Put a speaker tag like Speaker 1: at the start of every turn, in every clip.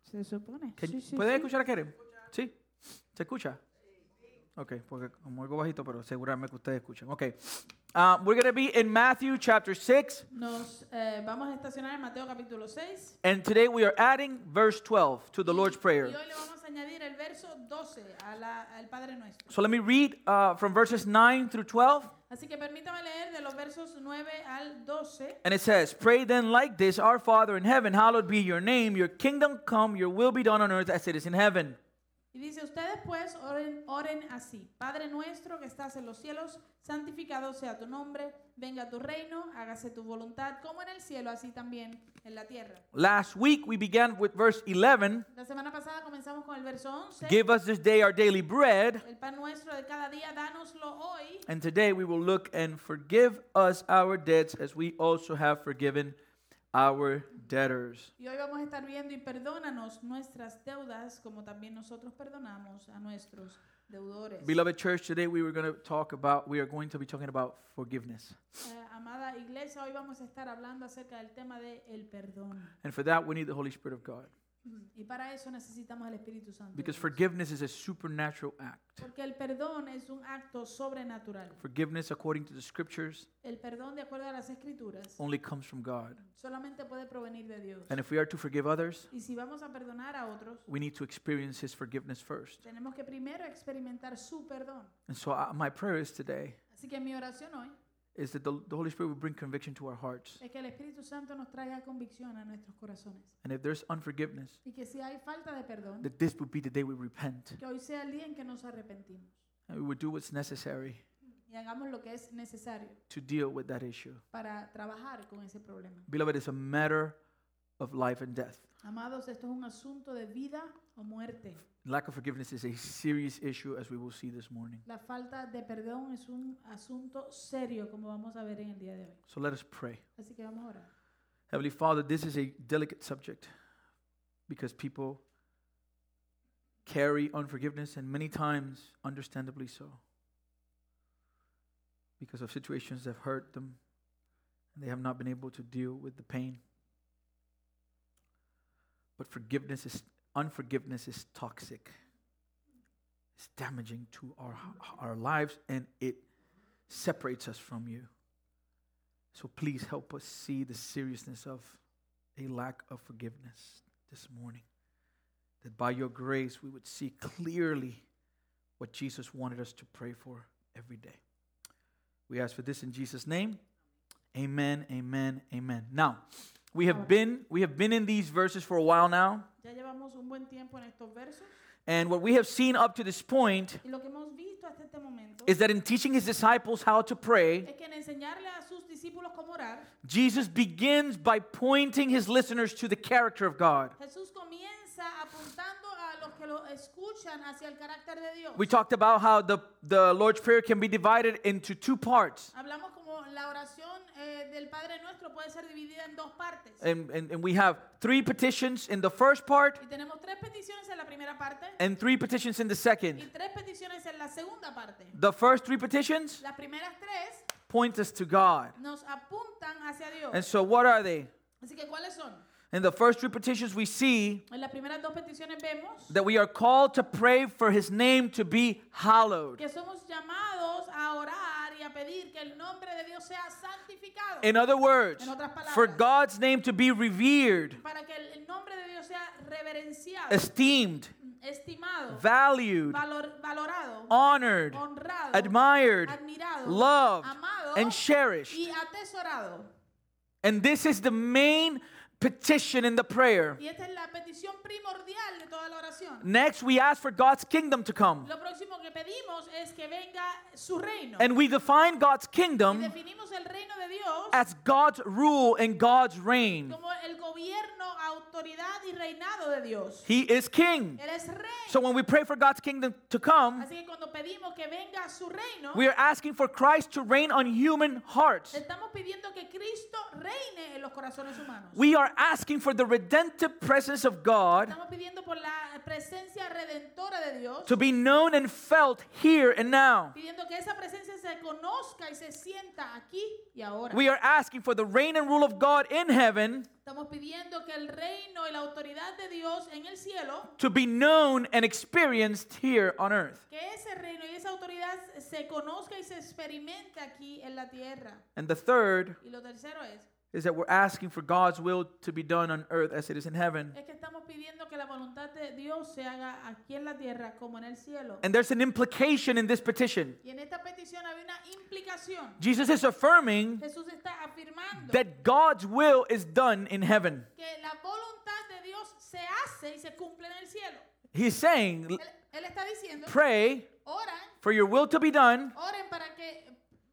Speaker 1: Se supone.
Speaker 2: Que-
Speaker 1: Sí, sí,
Speaker 2: ¿Puedes
Speaker 1: sí.
Speaker 2: escuchar a Keren? ¿Sí? ¿Se escucha? Ok, porque como algo bajito, pero seguramente que ustedes escuchan. Ok. Uh, we're going to be in Matthew chapter 6,
Speaker 1: Nos eh, vamos a estacionar en Mateo capítulo 6.
Speaker 2: and today we are adding verse 12 to the Lord's
Speaker 1: Y
Speaker 2: Prayer.
Speaker 1: hoy le vamos a añadir el verso 12 a la- al Padre Nuestro.
Speaker 2: So let me read uh, from verses 9 through 12.
Speaker 1: Así que permítame leer de los versos 9 al 12.
Speaker 2: And it says, Pray then like this Our Father in heaven, hallowed be your name. Your kingdom come, your will be done on earth as it is in heaven.
Speaker 1: Y dice, ustedes pues oren, oren así. Padre nuestro que estás en los cielos, santificado sea tu nombre, venga tu reino, hágase tu voluntad, como en el cielo, así también en la tierra.
Speaker 2: Last week we began with verse 11
Speaker 1: La semana pasada comenzamos con el verso 11.
Speaker 2: Give us this day our daily bread.
Speaker 1: El pan nuestro de cada día, dánoslo hoy.
Speaker 2: And today we will look and forgive us our debts as we also have forgiven our debtors.
Speaker 1: Y hoy vamos a estar viendo y perdónanos nuestras deudas como también nosotros perdonamos a nuestros deudores.
Speaker 2: Beloved church, today we were going to talk about we are going to be talking about forgiveness.
Speaker 1: Eh, amada iglesia, hoy vamos a estar hablando acerca del tema del el perdón.
Speaker 2: And for that we need the Holy Spirit of God
Speaker 1: Y para eso necesitamos al Espíritu Santo. de
Speaker 2: because
Speaker 1: Dios.
Speaker 2: forgiveness is a supernatural act.
Speaker 1: Porque el perdón es un acto sobrenatural.
Speaker 2: Forgiveness according to the scriptures
Speaker 1: El perdón, de acuerdo a las escrituras,
Speaker 2: only comes from God.
Speaker 1: solamente puede provenir de Dios.
Speaker 2: And if we are to forgive others,
Speaker 1: Y si vamos a perdonar a otros,
Speaker 2: we need to experience his forgiveness first.
Speaker 1: tenemos que primero experimentar su perdón.
Speaker 2: And so I, my prayer is today
Speaker 1: Así que mi oración hoy
Speaker 2: is that the, the Holy Spirit will bring conviction to our hearts.
Speaker 1: es que el Espíritu Santo nos traiga convicción a nuestros corazones.
Speaker 2: And if there's unforgiveness,
Speaker 1: Y que si hay falta de perdón,
Speaker 2: that this would be the day we repent
Speaker 1: que hoy sea el día en que nos arrepentimos
Speaker 2: and we would do what's necessary
Speaker 1: y hagamos lo que es necesario
Speaker 2: to deal with that issue.
Speaker 1: para trabajar con ese problema.
Speaker 2: Beloved, it's a matter of life and death.
Speaker 1: Amados, esto es un asunto de vida o muerte.
Speaker 2: Lack of forgiveness is a serious issue, as we will see this morning.
Speaker 1: La falta de perdón es un asunto serio, como vamos a ver en el día de hoy.
Speaker 2: So let us pray.
Speaker 1: Así que vamos a orar.
Speaker 2: Heavenly Father, this is a delicate subject because people carry unforgiveness and many times, understandably so, because of situations that have hurt them and they have not been able to deal with the pain. But forgiveness is unforgiveness is toxic. It's damaging to our our lives and it separates us from you. So please help us see the seriousness of a lack of forgiveness this morning. That by your grace we would see clearly what Jesus wanted us to pray for every day. We ask for this in Jesus' name. Amen, amen, amen. Now, we have been we have been in these verses for a while now,
Speaker 1: Ya llevamos un buen tiempo en estos versos
Speaker 2: and what we have seen up to this point
Speaker 1: y lo que hemos visto hasta este momento
Speaker 2: is that in teaching his disciples how to pray,
Speaker 1: es que en enseñarle a sus discípulos cómo orar,
Speaker 2: Jesus begins by pointing his listeners to the character of God.
Speaker 1: Jesús comienza apuntando a los que lo escuchan hacia el carácter de Dios.
Speaker 2: We talked about how the, the Lord's Prayer can be divided into two parts.
Speaker 1: Hablamos como la oración eh, del Padre Nuestro puede ser dividida en dos partes.
Speaker 2: And, and, and we have three petitions in the first part
Speaker 1: Y tenemos tres peticiones en la primera parte
Speaker 2: and three petitions in the
Speaker 1: y
Speaker 2: second.
Speaker 1: tres peticiones en la segunda parte.
Speaker 2: The first three petitions
Speaker 1: Las primeras tres
Speaker 2: point us to God.
Speaker 1: nos apuntan hacia
Speaker 2: And
Speaker 1: Dios.
Speaker 2: so, what are they?
Speaker 1: Así que, ¿cuáles son?
Speaker 2: In the first three petitions, we see
Speaker 1: En las primeras dos peticiones vemos
Speaker 2: that we are called to pray for his name to be hallowed.
Speaker 1: que somos llamados a orar y a pedir que el nombre de Dios sea santificado.
Speaker 2: In other words,
Speaker 1: En otras palabras.
Speaker 2: for God's name to be revered,
Speaker 1: Para que el el nombre de Dios sea reverenciado,
Speaker 2: esteemed,
Speaker 1: estimado,
Speaker 2: valued,
Speaker 1: valor- valorado,
Speaker 2: honored,
Speaker 1: honrado,
Speaker 2: admired,
Speaker 1: admirado,
Speaker 2: loved,
Speaker 1: amado
Speaker 2: and cherished.
Speaker 1: y atesorado.
Speaker 2: And this is the main petition in the prayer.
Speaker 1: Y esta es la petición primordial de toda la oración.
Speaker 2: Next, we ask for God's kingdom to come.
Speaker 1: Lo próximo que pedimos es que venga su reino.
Speaker 2: And we define God's
Speaker 1: y
Speaker 2: kingdom
Speaker 1: definimos el reino de Dios
Speaker 2: as God's rule and God's reign.
Speaker 1: como el gobierno, autoridad y reinado de Dios.
Speaker 2: He is king.
Speaker 1: Él es rey.
Speaker 2: So when we pray for God's kingdom to come,
Speaker 1: Así que cuando pedimos que venga su reino,
Speaker 2: we are asking for Christ to reign on human hearts.
Speaker 1: estamos pidiendo que Cristo reine en los corazones humanos.
Speaker 2: We are are asking for the redemptive presence of God
Speaker 1: Estamos pidiendo por la presencia redentora de Dios,
Speaker 2: to be known and felt here and now.
Speaker 1: pidiendo que esa presencia se conozca y se sienta aquí y ahora.
Speaker 2: We are asking for the reign and rule of God in heaven
Speaker 1: Estamos pidiendo que el reino y la autoridad de Dios en el cielo,
Speaker 2: to be known and experienced here on earth.
Speaker 1: que ese reino y esa autoridad se conozca y se experimente aquí en la tierra.
Speaker 2: And the third
Speaker 1: Y lo tercero es,
Speaker 2: is that we're asking for God's will to be done on earth as it is in heaven.
Speaker 1: es que estamos pidiendo que la voluntad de Dios se haga aquí en la tierra como en el cielo.
Speaker 2: And there's an implication in this petition.
Speaker 1: Y en esta petición había una implicación.
Speaker 2: Jesus is affirming
Speaker 1: Jesús está afirmando
Speaker 2: that God's will is done in heaven.
Speaker 1: que la voluntad de Dios se hace y se cumple en el cielo.
Speaker 2: He's saying,
Speaker 1: Él, él está diciendo,
Speaker 2: pray
Speaker 1: oran,
Speaker 2: for your will to be done
Speaker 1: oren para que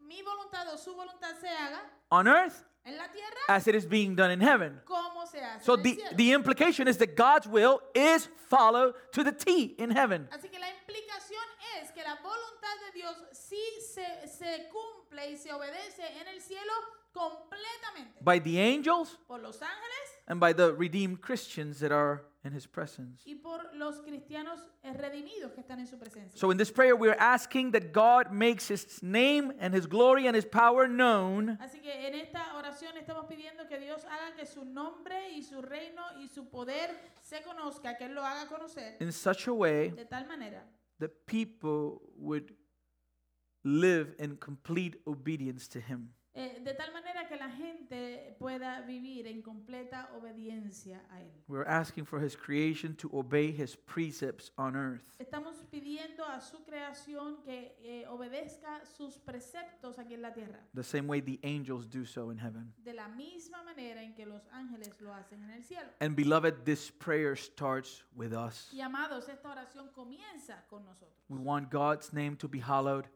Speaker 1: mi voluntad o su voluntad se haga
Speaker 2: on earth
Speaker 1: en la tierra
Speaker 2: as it is being done in heaven.
Speaker 1: como se hace
Speaker 2: So
Speaker 1: en el
Speaker 2: the,
Speaker 1: cielo.
Speaker 2: the implication is that God's will is followed to the T in heaven.
Speaker 1: Así que la implicación es que la voluntad de Dios sí se, se cumple y se obedece en el cielo completamente
Speaker 2: by the angels
Speaker 1: por los ángeles
Speaker 2: and by the redeemed Christians that are in his presence.
Speaker 1: y por los cristianos eh, redimidos que están en su presencia.
Speaker 2: So in this prayer, we are asking that God makes his name and his glory and his power known
Speaker 1: Así que en esta oración estamos pidiendo que Dios haga que su nombre y su reino y su poder se conozca, que Él lo haga conocer
Speaker 2: in such a way
Speaker 1: de tal manera
Speaker 2: that people would live in complete obedience to him.
Speaker 1: Eh, de tal manera que la gente pueda vivir en completa obediencia a Él.
Speaker 2: We're asking for his creation to obey his precepts on earth.
Speaker 1: Estamos pidiendo a su creación que eh, obedezca sus preceptos aquí en la tierra,
Speaker 2: The same way the angels do so in heaven.
Speaker 1: de la misma manera en que los ángeles lo hacen en el cielo.
Speaker 2: And beloved, this prayer starts with us.
Speaker 1: Y amados, esta oración comienza con nosotros.
Speaker 2: We want God's name to be hallowed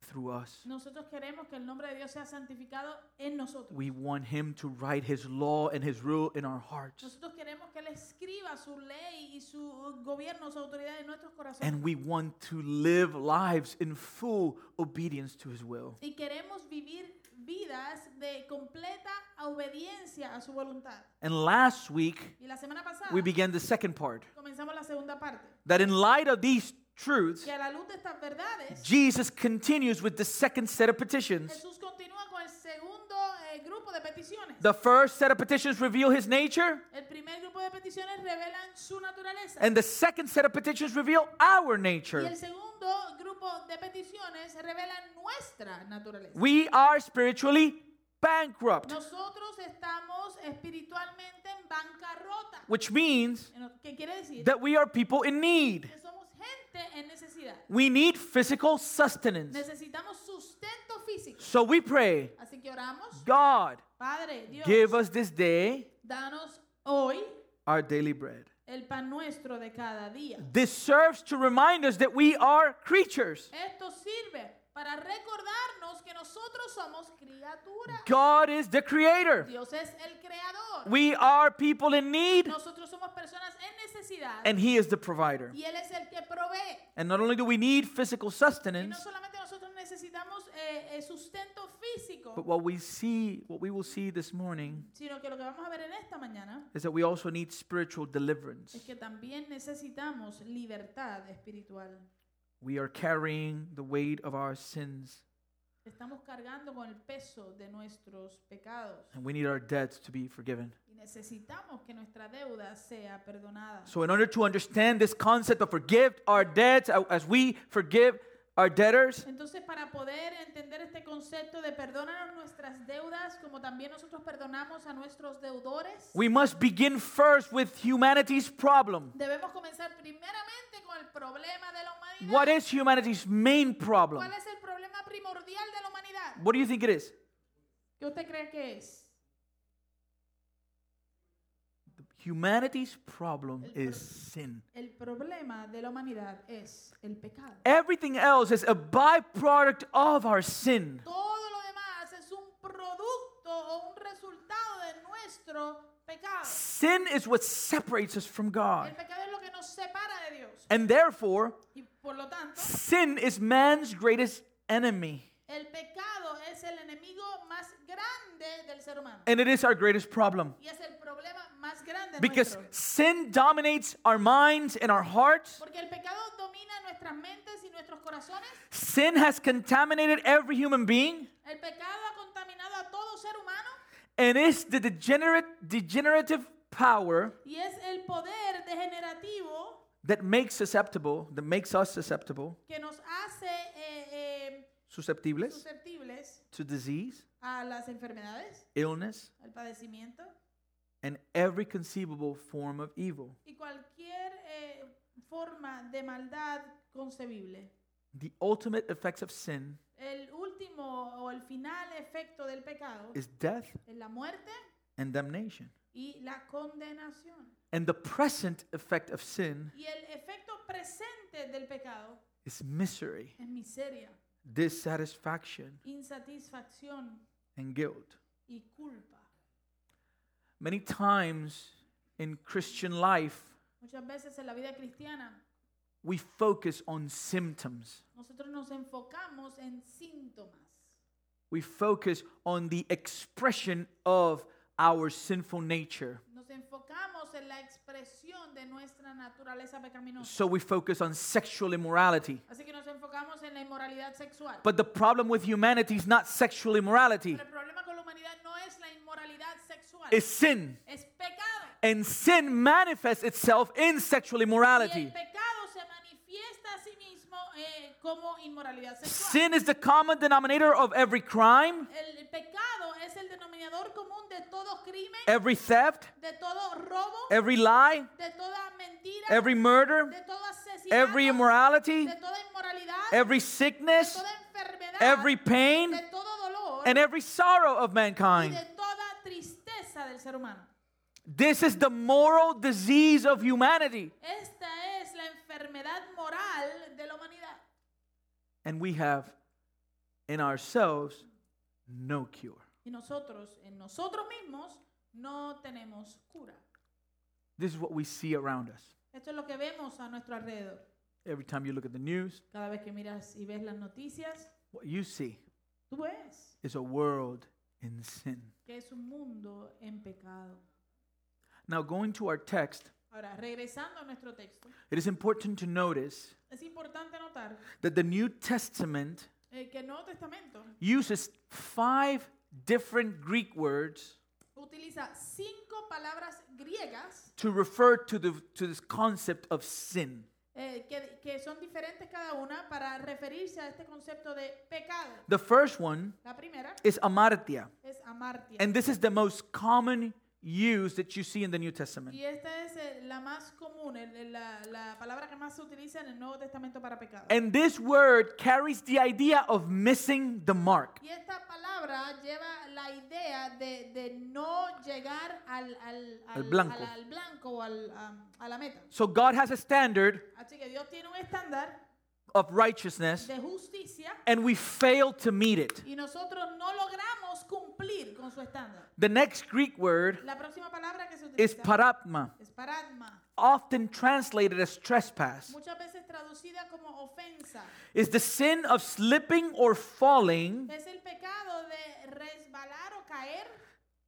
Speaker 2: through us.
Speaker 1: Nosotros queremos que el nombre de Dios sea santificado en nosotros.
Speaker 2: We want him to write his law and his rule in our hearts.
Speaker 1: Nosotros queremos que Él escriba su ley y su gobierno, su autoridad en nuestros corazones.
Speaker 2: And we want to live lives in full obedience to his will.
Speaker 1: Y queremos vivir vidas de completa obediencia a su voluntad.
Speaker 2: And last week,
Speaker 1: Y la semana pasada
Speaker 2: we began the second part
Speaker 1: comenzamos la segunda parte.
Speaker 2: that in light of these truths,
Speaker 1: Que a la luz de estas verdades,
Speaker 2: Jesus continues with the second set of petitions.
Speaker 1: Jesús continúa con el segundo eh, grupo de peticiones.
Speaker 2: The first set of petitions reveal his nature,
Speaker 1: El primer grupo de peticiones revelan su naturaleza.
Speaker 2: and the second set of petitions reveal our
Speaker 1: Y
Speaker 2: nature.
Speaker 1: el segundo grupo de peticiones revelan nuestra naturaleza.
Speaker 2: We are spiritually bankrupt,
Speaker 1: Nosotros estamos espiritualmente en bancarrota.
Speaker 2: which means
Speaker 1: En lo- ¿Qué quiere decir?
Speaker 2: that we are people in need.
Speaker 1: Que somos gente en necesidad.
Speaker 2: We need physical sustenance.
Speaker 1: Necesitamos sustento físico.
Speaker 2: So we pray,
Speaker 1: Así que oramos,
Speaker 2: God,
Speaker 1: Padre Dios,
Speaker 2: give us this day
Speaker 1: danos hoy
Speaker 2: our daily bread.
Speaker 1: el pan nuestro de cada día.
Speaker 2: This serves to remind us that we are creatures.
Speaker 1: Esto sirve para recordarnos que nosotros somos criaturas.
Speaker 2: God is the creator.
Speaker 1: Dios es el creador.
Speaker 2: We are people in need,
Speaker 1: Nosotros somos personas en necesidad
Speaker 2: and He is the provider.
Speaker 1: y Él es el que provee.
Speaker 2: And not only do we need physical
Speaker 1: Y no
Speaker 2: sustenance,
Speaker 1: solamente nosotros necesitamos eh, eh, sustento
Speaker 2: but
Speaker 1: físico,
Speaker 2: what we see, what we will see this morning,
Speaker 1: sino que lo que vamos a ver en esta mañana
Speaker 2: is that we also need spiritual deliverance.
Speaker 1: es que también necesitamos libertad espiritual.
Speaker 2: We are carrying the weight of our sins,
Speaker 1: Estamos cargando con el peso de nuestros pecados
Speaker 2: and we need our debts to be forgiven.
Speaker 1: y necesitamos que nuestra deuda sea perdonada.
Speaker 2: So, in order to understand this concept of forgive our debts uh, as we forgive our debtors,
Speaker 1: Entonces, para poder entender este concepto de perdonar nuestras deudas, como también nosotros perdonamos a nuestros deudores,
Speaker 2: we must begin first with humanity's problem.
Speaker 1: debemos comenzar primeramente con el problema de la humanidad.
Speaker 2: What is humanity's main problem?
Speaker 1: ¿Cuál es el problema primordial de la humanidad?
Speaker 2: What do you think it is?
Speaker 1: ¿Qué usted cree que es?
Speaker 2: Humanity's problem
Speaker 1: El
Speaker 2: is
Speaker 1: pro-
Speaker 2: sin.
Speaker 1: El problema de la humanidad es el pecado.
Speaker 2: Everything else is a byproduct of our sin.
Speaker 1: Todo lo demás es un producto o un resultado de nuestro pecado.
Speaker 2: Sin is what separates us from God.
Speaker 1: El pecado es lo que nos separa de Dios.
Speaker 2: And therefore,
Speaker 1: Y por lo tanto,
Speaker 2: sin is man's greatest enemy.
Speaker 1: el pecado es el enemigo más grande del ser humano.
Speaker 2: And it is our greatest problem.
Speaker 1: Y es el Padre
Speaker 2: because
Speaker 1: nuestro.
Speaker 2: sin dominates our minds and our hearts.
Speaker 1: Porque el pecado domina nuestras mentes y nuestros corazones.
Speaker 2: Sin has contaminated every human being
Speaker 1: El pecado ha contaminado a todo ser humano
Speaker 2: and is the degenerate, degenerative power
Speaker 1: y es el poder degenerativo
Speaker 2: that makes susceptible, that makes us susceptible,
Speaker 1: que nos hace eh, eh,
Speaker 2: susceptibles
Speaker 1: susceptibles
Speaker 2: to disease,
Speaker 1: a las enfermedades,
Speaker 2: illness,
Speaker 1: al padecimiento
Speaker 2: and every conceivable form of evil.
Speaker 1: y cualquier eh, forma de maldad concebible.
Speaker 2: The ultimate effects of sin
Speaker 1: El último o el final efecto del pecado
Speaker 2: is death
Speaker 1: es la muerte
Speaker 2: and damnation.
Speaker 1: y la condenación.
Speaker 2: And the present effect of sin
Speaker 1: Y el efecto presente del pecado
Speaker 2: is misery,
Speaker 1: es miseria,
Speaker 2: dissatisfaction,
Speaker 1: insatisfacción
Speaker 2: and guilt.
Speaker 1: y culpa.
Speaker 2: Many times in Christian life,
Speaker 1: Muchas veces en la vida cristiana
Speaker 2: we focus on symptoms.
Speaker 1: nosotros nos enfocamos en síntomas.
Speaker 2: We focus on the expression of our sinful nature.
Speaker 1: Nos enfocamos en la expresión de nuestra naturaleza pecaminosa.
Speaker 2: So we focus on sexual immorality.
Speaker 1: Así que nos enfocamos en la inmoralidad sexual.
Speaker 2: But the problem with humanity is not sexual immorality,
Speaker 1: Pero el problema con la humanidad no es la inmoralidad sexual,
Speaker 2: it's sin.
Speaker 1: es pecado.
Speaker 2: And sin manifests itself in sexual
Speaker 1: Y el
Speaker 2: immorality.
Speaker 1: pecado se manifiesta a sí mismo eh, como inmoralidad sexual.
Speaker 2: Sin is the common denominator of every crime,
Speaker 1: El pecado es el denominador común de todo crimen,
Speaker 2: every theft,
Speaker 1: de todo robo,
Speaker 2: every lie,
Speaker 1: de toda mentira,
Speaker 2: every murder,
Speaker 1: de todo asesinato,
Speaker 2: every immorality,
Speaker 1: de toda inmoralidad,
Speaker 2: every
Speaker 1: de
Speaker 2: sickness,
Speaker 1: toda enfermedad,
Speaker 2: every pain,
Speaker 1: de todo dolor
Speaker 2: and every sorrow of
Speaker 1: y
Speaker 2: mankind.
Speaker 1: de toda tristeza del ser humano.
Speaker 2: This is the moral disease of humanity.
Speaker 1: Esta es la enfermedad moral de la humanidad.
Speaker 2: And we have in ourselves no cure.
Speaker 1: Y nosotros, en nosotros mismos, no tenemos cura.
Speaker 2: This is what we see around us.
Speaker 1: Esto es lo que vemos a nuestro alrededor.
Speaker 2: Every time you look at the news,
Speaker 1: Cada vez que miras y ves las noticias,
Speaker 2: what you see
Speaker 1: tú ves
Speaker 2: is a world in sin.
Speaker 1: que es un mundo en pecado.
Speaker 2: Now, going to our text,
Speaker 1: Ahora, regresando a nuestro texto,
Speaker 2: it is important to notice
Speaker 1: es importante notar
Speaker 2: that the New Testament
Speaker 1: eh, que el Nuevo Testamento
Speaker 2: uses five different Greek words
Speaker 1: utiliza cinco palabras griegas
Speaker 2: to refer to, the, to this concept of sin.
Speaker 1: eh, que, que son diferentes cada una para referirse a este concepto de pecado.
Speaker 2: The first one
Speaker 1: La primera
Speaker 2: is amartia,
Speaker 1: es amartia.
Speaker 2: and this is the most common use that you see in the New Testament.
Speaker 1: Y esta es eh, la más común, el- el- la, la palabra que más se utiliza en el Nuevo Testamento para pecado.
Speaker 2: And this word carries the idea of missing the mark.
Speaker 1: Y esta palabra lleva la idea de, de no llegar al, al,
Speaker 2: Al blanco.
Speaker 1: al- al blanco o al, am, a la meta.
Speaker 2: So God has a standard
Speaker 1: Así que Dios tiene un estándar
Speaker 2: of righteousness,
Speaker 1: de justicia
Speaker 2: and we fail to meet it.
Speaker 1: y nosotros no logramos cumplir con su estándar.
Speaker 2: The next Greek word
Speaker 1: La próxima palabra que se
Speaker 2: is
Speaker 1: utiliza
Speaker 2: parapma,
Speaker 1: es paragma,
Speaker 2: often translated as trespass.
Speaker 1: muchas veces traducida como ofensa.
Speaker 2: Is the sin of slipping or falling
Speaker 1: Es el pecado de resbalar o caer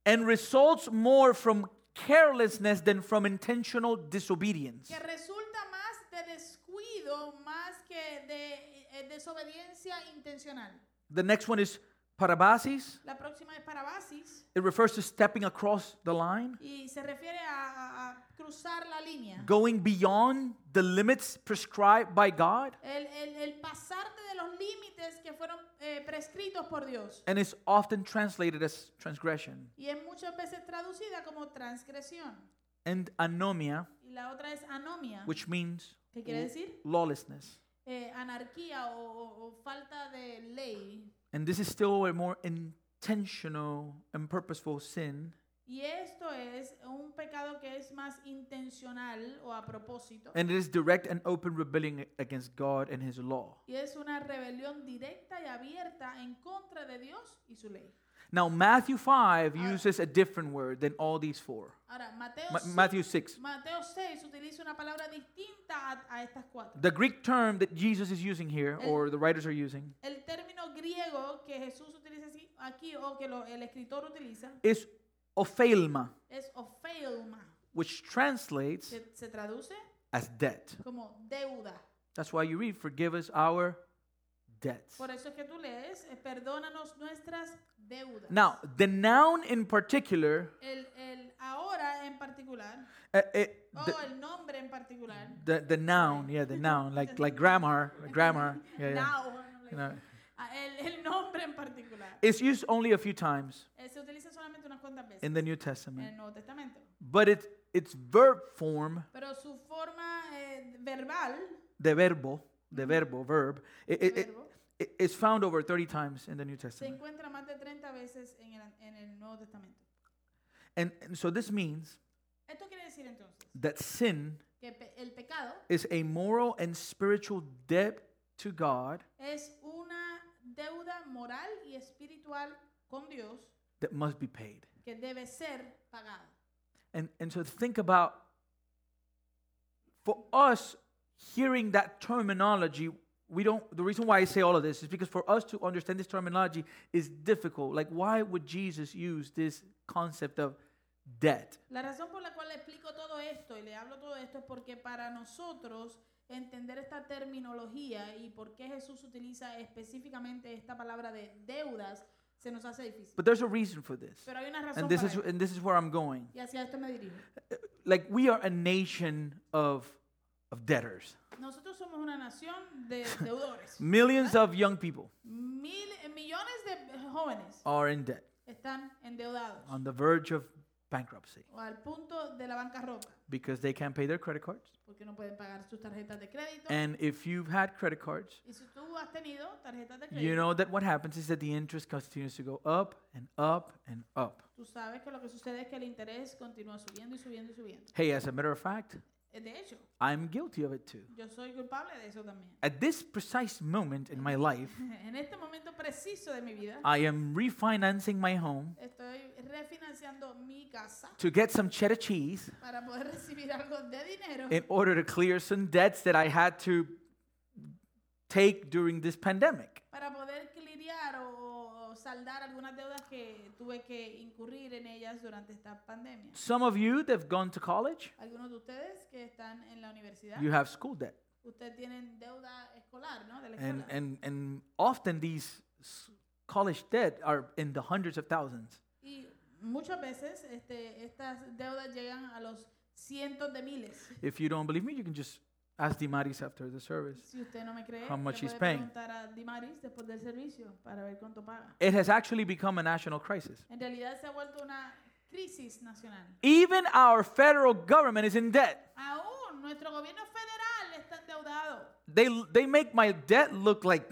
Speaker 2: and results more from carelessness than from intentional disobedience.
Speaker 1: que resulta más de descuido más que de eh, desobediencia intencional.
Speaker 2: The next one is parabasis.
Speaker 1: La próxima es parabasis
Speaker 2: It refers to stepping across the line,
Speaker 1: y se refiere a, a- a cruzar la línea.
Speaker 2: going beyond the limits prescribed by God,
Speaker 1: El, el, el pasarte de los límites que fueron eh, prescritos por Dios.
Speaker 2: and is often translated as transgression.
Speaker 1: Y es muchas veces traducida como transgresión.
Speaker 2: And anomia,
Speaker 1: Y la otra es anomia,
Speaker 2: which means
Speaker 1: que quiere decir
Speaker 2: lawlessness.
Speaker 1: eh, anarquía o, o- o falta de ley.
Speaker 2: And this is still a more intentional and purposeful sin.
Speaker 1: Y esto es un pecado que es más intencional o a propósito.
Speaker 2: And it is direct and open rebellion against God and His law.
Speaker 1: Y es una rebelión directa y abierta en contra de Dios y su ley.
Speaker 2: Now, Matthew 5 uses a different word than all these four.
Speaker 1: Ahora, Mateo,
Speaker 2: Ma-
Speaker 1: sí-
Speaker 2: Matthew 6.
Speaker 1: Mateo 6 utiliza una palabra distinta a, a estas cuatro.
Speaker 2: The Greek term that Jesus is using here,
Speaker 1: El-
Speaker 2: or the writers are using,
Speaker 1: El término griego que Jesús utiliza así- aquí o que lo- el escritor utiliza
Speaker 2: is ophelma,
Speaker 1: es ophelma,
Speaker 2: which translates
Speaker 1: que se traduce
Speaker 2: as debt.
Speaker 1: como deuda.
Speaker 2: That's why you read, Forgive us our debts.
Speaker 1: Por eso es que tú lees, eh, perdónanos nuestras deudas.
Speaker 2: Now, the noun in particular,
Speaker 1: El, el ahora en particular,
Speaker 2: uh, it,
Speaker 1: o
Speaker 2: the,
Speaker 1: el nombre en particular,
Speaker 2: the, the noun, yeah, the noun, like, like grammar, grammar, yeah, yeah,
Speaker 1: now,
Speaker 2: you know,
Speaker 1: ah, el, el nombre en particular,
Speaker 2: it's used only a few times
Speaker 1: eh, se utiliza solamente unas cuantas veces
Speaker 2: in the New
Speaker 1: en
Speaker 2: Testament,
Speaker 1: el Nuevo Testamento.
Speaker 2: but it, its verb form,
Speaker 1: Pero su forma eh, verbal,
Speaker 2: de verbo, de verbo, verb, it, it, it,
Speaker 1: verbo,
Speaker 2: it- it's found over 30 times in the New
Speaker 1: se
Speaker 2: Testament.
Speaker 1: encuentra más de 30 veces en el, en el Nuevo Testamento.
Speaker 2: And, and so this means
Speaker 1: Esto quiere decir entonces
Speaker 2: that sin
Speaker 1: que pe- el pecado
Speaker 2: is a moral and spiritual debt to God
Speaker 1: es una deuda moral y espiritual con Dios
Speaker 2: that must be paid.
Speaker 1: que debe ser pagada.
Speaker 2: And, and so think about for us hearing that terminology, we don't the reason why I say all of this is because for us to understand this terminology is difficult. Like why would Jesus use this concept of debt?
Speaker 1: La razón por la cual le explico todo esto y le hablo todo esto es porque para nosotros entender esta terminología y por qué Jesús utiliza específicamente esta palabra de deudas se nos hace difícil.
Speaker 2: But there's a reason for this.
Speaker 1: Pero hay una razón
Speaker 2: And this
Speaker 1: para
Speaker 2: is
Speaker 1: esto,
Speaker 2: and this is where I'm going.
Speaker 1: y hacia esto me dirijo.
Speaker 2: Like we are a nation of of debtors.
Speaker 1: Nosotros somos una nación de deudores.
Speaker 2: Millions of young people
Speaker 1: Mil, millones de jóvenes
Speaker 2: are in debt
Speaker 1: están endeudados
Speaker 2: on the verge of bankruptcy
Speaker 1: o al punto de la bancarrota
Speaker 2: because they can't pay their credit cards.
Speaker 1: porque no pueden pagar sus tarjetas de crédito.
Speaker 2: And if you've had credit cards,
Speaker 1: y si tú has tenido tarjetas de crédito,
Speaker 2: you know that what happens is that the interest continues to go up and up and up.
Speaker 1: Tú sabes que lo que sucede es que el interés continúa subiendo y subiendo y subiendo.
Speaker 2: Hey, as a matter of fact,
Speaker 1: Eh, De hecho,
Speaker 2: I'm guilty of it too.
Speaker 1: yo soy culpable de eso también.
Speaker 2: At this precise moment in my life,
Speaker 1: En este momento preciso de mi vida,
Speaker 2: I am refinancing my home
Speaker 1: estoy refinanciando mi casa
Speaker 2: to get some cheddar cheese
Speaker 1: para poder recibir algo de dinero
Speaker 2: in order to clear some debts that I had to take during this pandemic.
Speaker 1: para poder cliriar o, o saldar algunas deudas que tuve que incurrir en ellas durante esta pandemia.
Speaker 2: Some of you that have gone to college,
Speaker 1: Algunos de ustedes que están en la universidad,
Speaker 2: you have school debt.
Speaker 1: ustedes tienen deuda escolar, ¿no? De la
Speaker 2: And,
Speaker 1: escuela.
Speaker 2: and, and often these s- college debt are in the hundreds of thousands.
Speaker 1: Y muchas veces este, estas deudas llegan a los cientos de miles.
Speaker 2: If you don't believe me, you can just ask Dimaris after the service.
Speaker 1: Si usted no me cree,
Speaker 2: How
Speaker 1: le
Speaker 2: much he's
Speaker 1: puede
Speaker 2: paying.
Speaker 1: preguntar a Dimaris después del servicio para ver cuánto paga.
Speaker 2: It has actually become a national crisis.
Speaker 1: En realidad se ha vuelto una crisis nacional.
Speaker 2: Even our federal government is in debt.
Speaker 1: Aún nuestro gobierno federal está endeudado.
Speaker 2: They, they make my debt look like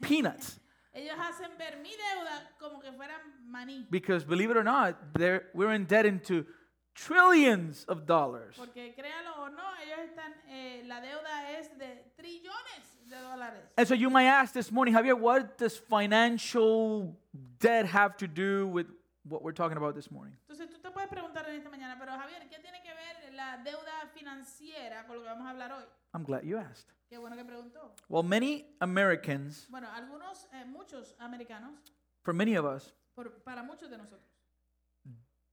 Speaker 2: peanuts
Speaker 1: Ellos hacen ver mi deuda como que fueran maní.
Speaker 2: because, believe it or not, they're- we're in debt into trillions of dollars.
Speaker 1: Porque créalo o no, ellos están, eh, la deuda es de trillones de dólares.
Speaker 2: And so you might ask this morning, Javier, what does financial debt have to do with what we're talking about this morning?
Speaker 1: Entonces tú te puedes preguntar en esta mañana, pero Javier, ¿qué tiene que ver la deuda financiera con lo que vamos a hablar hoy?
Speaker 2: I'm glad you asked.
Speaker 1: Qué bueno que preguntó.
Speaker 2: Well, many Americans,
Speaker 1: Bueno, algunos, eh, muchos americanos,
Speaker 2: for many of us,
Speaker 1: por- para muchos de nosotros,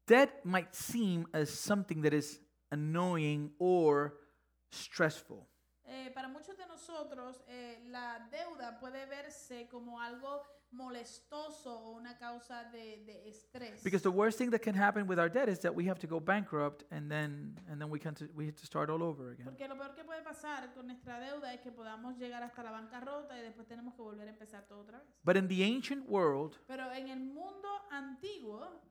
Speaker 2: Debt might seem as something that is annoying or stressful.
Speaker 1: eh, para muchos de nosotros eh, la deuda puede verse como algo molestoso o una causa de, de estrés.
Speaker 2: Because the worst thing that can happen with our debt is that we have to go bankrupt and then and then we can to, we have to start all over again.
Speaker 1: Porque lo peor que puede pasar con nuestra deuda es que podamos llegar hasta la bancarrota y después tenemos que volver a empezar todo otra vez.
Speaker 2: But in the ancient world,
Speaker 1: Pero en el mundo antiguo,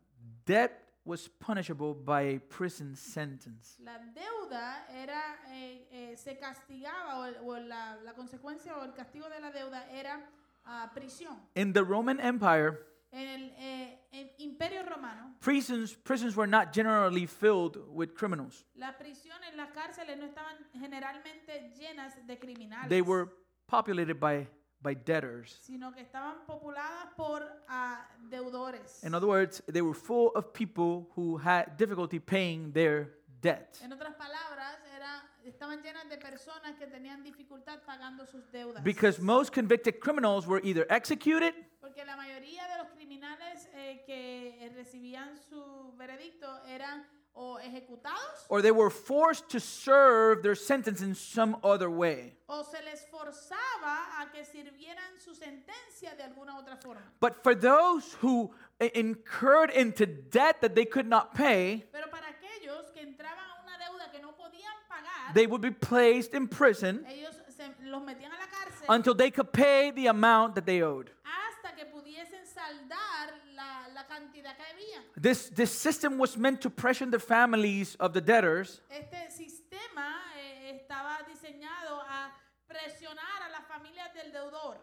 Speaker 2: debt was punishable by a prison sentence.
Speaker 1: La deuda era, eh, eh, se castigaba, o, el- o la, la consecuencia o el castigo de la deuda era ah, prisión.
Speaker 2: In the Roman Empire,
Speaker 1: En el eh, en imperio romano,
Speaker 2: prisons prisons were not generally filled with criminals.
Speaker 1: las prisiones, las cárceles no estaban generalmente llenas de criminales,
Speaker 2: They were populated by by debtors.
Speaker 1: sino que estaban populadas por ah, deudores.
Speaker 2: In other words, they were full of people who had difficulty paying their debt.
Speaker 1: En otras palabras, era, estaban llenas de personas que tenían dificultad pagando sus deudas.
Speaker 2: Because most convicted criminals were either executed
Speaker 1: Porque la mayoría de los criminales eh, que eh, recibían su veredicto eran o ejecutados
Speaker 2: or they were forced to serve their sentence in some other way.
Speaker 1: o se les forzaba a que sirvieran su sentencia de alguna otra forma.
Speaker 2: But for those who i- incurred into debt that they could not pay,
Speaker 1: Pero para aquellos que entraban a una deuda que no podían pagar,
Speaker 2: they would be placed in prison
Speaker 1: ellos se- los metían a la cárcel
Speaker 2: until they could pay the amount that they owed.
Speaker 1: hasta que pudiesen saldar la, la cantidad que debían.
Speaker 2: This, this system was meant to pressure the families of the debtors
Speaker 1: Este sistema eh, estaba diseñado a presionar a las familias del deudor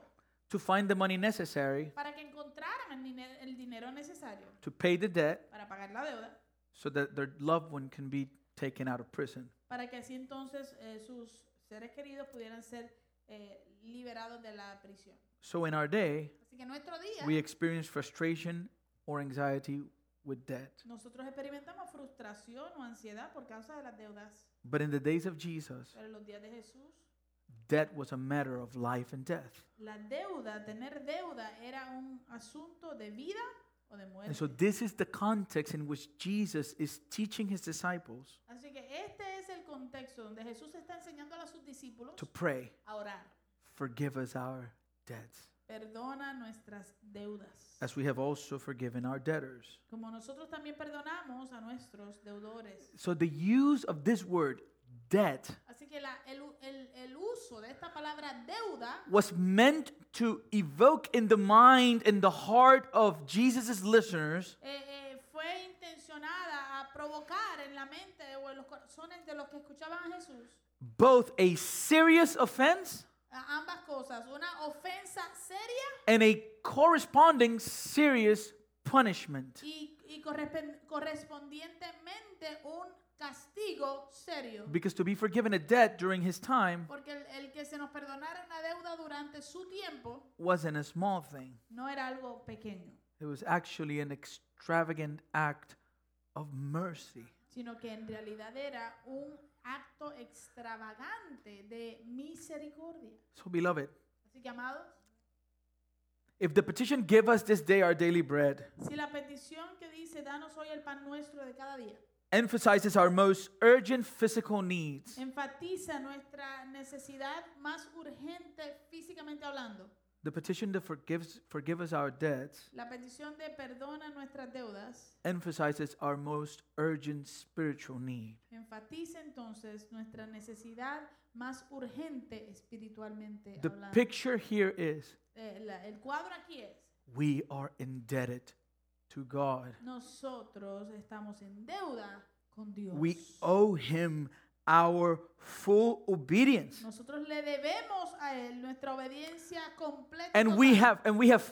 Speaker 2: to find the money necessary
Speaker 1: para que encontraran el, dine- el dinero necesario
Speaker 2: to pay the debt
Speaker 1: para pagar la deuda,
Speaker 2: so that their loved one can be taken out of prison.
Speaker 1: para que así entonces eh, sus seres queridos pudieran ser eh, liberados de la prisión.
Speaker 2: So in our day,
Speaker 1: Así que en nuestro día
Speaker 2: we experience frustration or anxiety with debt.
Speaker 1: nosotros experimentamos frustración o ansiedad por causa de las deudas,
Speaker 2: But in the days of Jesus,
Speaker 1: pero en los días de Jesús
Speaker 2: debt was a matter of life and death.
Speaker 1: la deuda, tener deuda era un asunto de vida o de muerte.
Speaker 2: And so, this is the context in which Jesus is teaching his disciples
Speaker 1: Así que este es el contexto donde Jesús está enseñando a sus discípulos
Speaker 2: to pray,
Speaker 1: a orar.
Speaker 2: Forgive us our debts,
Speaker 1: Perdona nuestras deudas,
Speaker 2: as we have also forgiven our debtors.
Speaker 1: como nosotros también perdonamos a nuestros deudores.
Speaker 2: So, the use of this word, debt,
Speaker 1: Así que la- el, u- el- el uso de esta palabra deuda
Speaker 2: was meant to evoke in the mind and the heart of Jesus' listeners
Speaker 1: eh, eh, fue intencionada a provocar en la mente o en los corazones de los que escuchaban a Jesús
Speaker 2: both a serious offense
Speaker 1: a- ambas cosas, una ofensa seria
Speaker 2: and a corresponding serious punishment.
Speaker 1: y, y correspen- correspondientemente un castigo serio.
Speaker 2: Because to be forgiven a debt during his time
Speaker 1: Porque el, el que se nos perdonara una deuda durante su tiempo
Speaker 2: wasn't a small thing,
Speaker 1: no era algo pequeño,
Speaker 2: it was actually an extravagant act of mercy.
Speaker 1: sino que en realidad era un acto extravagante de misericordia.
Speaker 2: So, beloved,
Speaker 1: Así que, amados,
Speaker 2: if the petition, Give us this day our daily bread,
Speaker 1: si la petición que dice, danos hoy el pan nuestro de cada día,
Speaker 2: emphasizes our most urgent physical needs,
Speaker 1: enfatiza nuestra necesidad más urgente físicamente hablando,
Speaker 2: the petition that forgives, forgive us our debts
Speaker 1: la petición de perdona nuestras deudas,
Speaker 2: emphasizes our most urgent spiritual need.
Speaker 1: enfatiza entonces nuestra necesidad más urgente espiritualmente
Speaker 2: The
Speaker 1: hablando.
Speaker 2: picture here is
Speaker 1: Eh, la- el cuadro aquí es,
Speaker 2: we are indebted to God.
Speaker 1: nosotros estamos en deuda con Dios.
Speaker 2: We owe him our full obedience.
Speaker 1: nosotros le debemos a Él nuestra obediencia completa. y
Speaker 2: And we
Speaker 1: total.
Speaker 2: have and we have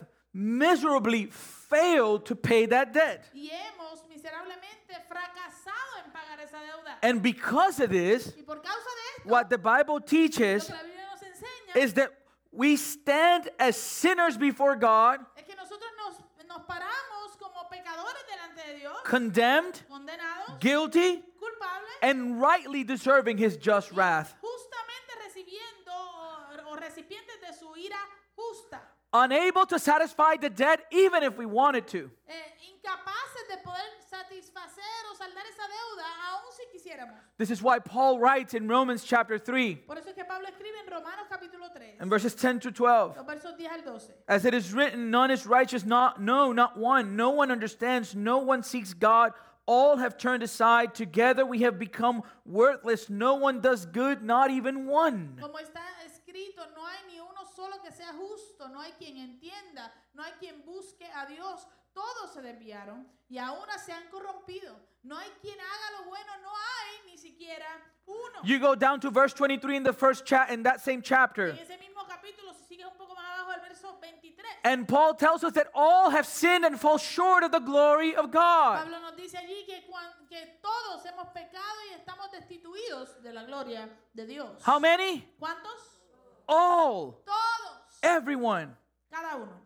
Speaker 2: miserably failed to pay that debt.
Speaker 1: y hemos miserablemente fracasado en pagar esa deuda.
Speaker 2: And because of this,
Speaker 1: y por causa de esto,
Speaker 2: what the Bible
Speaker 1: lo
Speaker 2: teaches
Speaker 1: que la Biblia nos enseña
Speaker 2: is that we stand as sinners before God,
Speaker 1: es que nosotros nos, nos paramos como pecadores delante de Dios,
Speaker 2: condemned,
Speaker 1: condenados,
Speaker 2: guilty,
Speaker 1: culpables,
Speaker 2: and rightly deserving his just wrath.
Speaker 1: justamente recibiendo o, o recipientes de su ira justa.
Speaker 2: unable to satisfy the debt even if we wanted to.
Speaker 1: eh, incapaces de poder satisfacer o saldar esa deuda, aun si quisiéramos.
Speaker 2: This is why Paul writes in Romans chapter 3
Speaker 1: Por eso es que Pablo escribe en Romanos capítulo 3,
Speaker 2: and verses 10 to 12.
Speaker 1: los versos 10 al 12.
Speaker 2: As it is written, none is righteous, not no, not one. No one understands, no one seeks God. All have turned aside. Together we have become worthless. No one does good, not even one.
Speaker 1: Como está escrito, no hay ni uno solo que sea justo, no hay quien entienda, no hay quien busque a Dios. Todos se desviaron y ahora se han corrompido. No hay quien haga lo bueno, no hay ni siquiera uno.
Speaker 2: You go down to verse 23 in the first chat in that same chapter.
Speaker 1: en ese mismo capítulo, si sigues un poco más abajo, el verso 23.
Speaker 2: And Paul tells us that all have sinned and fall short of the glory of God.
Speaker 1: Pablo nos dice allí que, cuan- que todos hemos pecado y estamos destituidos de la gloria de Dios.
Speaker 2: How many?
Speaker 1: ¿Cuántos?
Speaker 2: All.
Speaker 1: Todos.
Speaker 2: Everyone.
Speaker 1: Cada uno.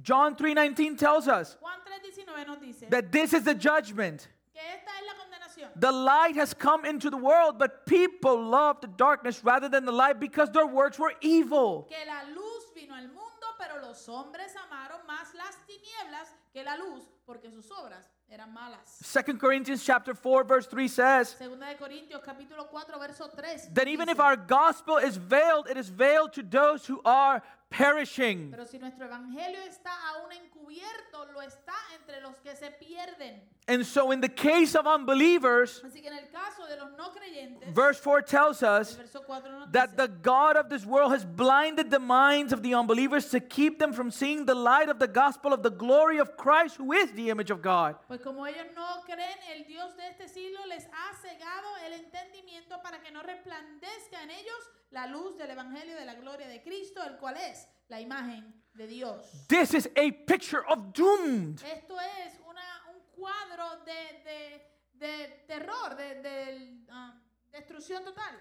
Speaker 2: John 3:19 tells us
Speaker 1: Juan 3:19 nos dice
Speaker 2: that this is the judgment.
Speaker 1: que esta es la condenación.
Speaker 2: The light has come into the world, but people love the darkness rather than the light because their works were evil.
Speaker 1: Que la luz vino al mundo, pero los hombres amaron más las tinieblas que la luz, porque sus obras eran malas.
Speaker 2: 2 Corinthians chapter 4 verse 3 says
Speaker 1: Segunda de Corintios capítulo 4 verso 3.
Speaker 2: that even if
Speaker 1: dice,
Speaker 2: our gospel is veiled, it is veiled to those who are perishing.
Speaker 1: Pero si nuestro evangelio está aún encubierto, lo está entre los que se pierden.
Speaker 2: And so in the case of unbelievers,
Speaker 1: Así que en el caso de los no creyentes,
Speaker 2: verse 4 tells
Speaker 1: el
Speaker 2: us
Speaker 1: verso 4 nos dice
Speaker 2: that the God of this world has blinded the minds of the unbelievers to keep them from seeing the light of the gospel of the glory of Christ, who is the image of God.
Speaker 1: Pues como ellos no creen, el Dios de este siglo les ha cegado el entendimiento para que no resplandezca en ellos la luz del Evangelio de la gloria de Cristo, el cual es la imagen de Dios.
Speaker 2: This is a picture of doomed.
Speaker 1: Esto es una, un cuadro de, de, de terror, de, de, ah, destrucción total.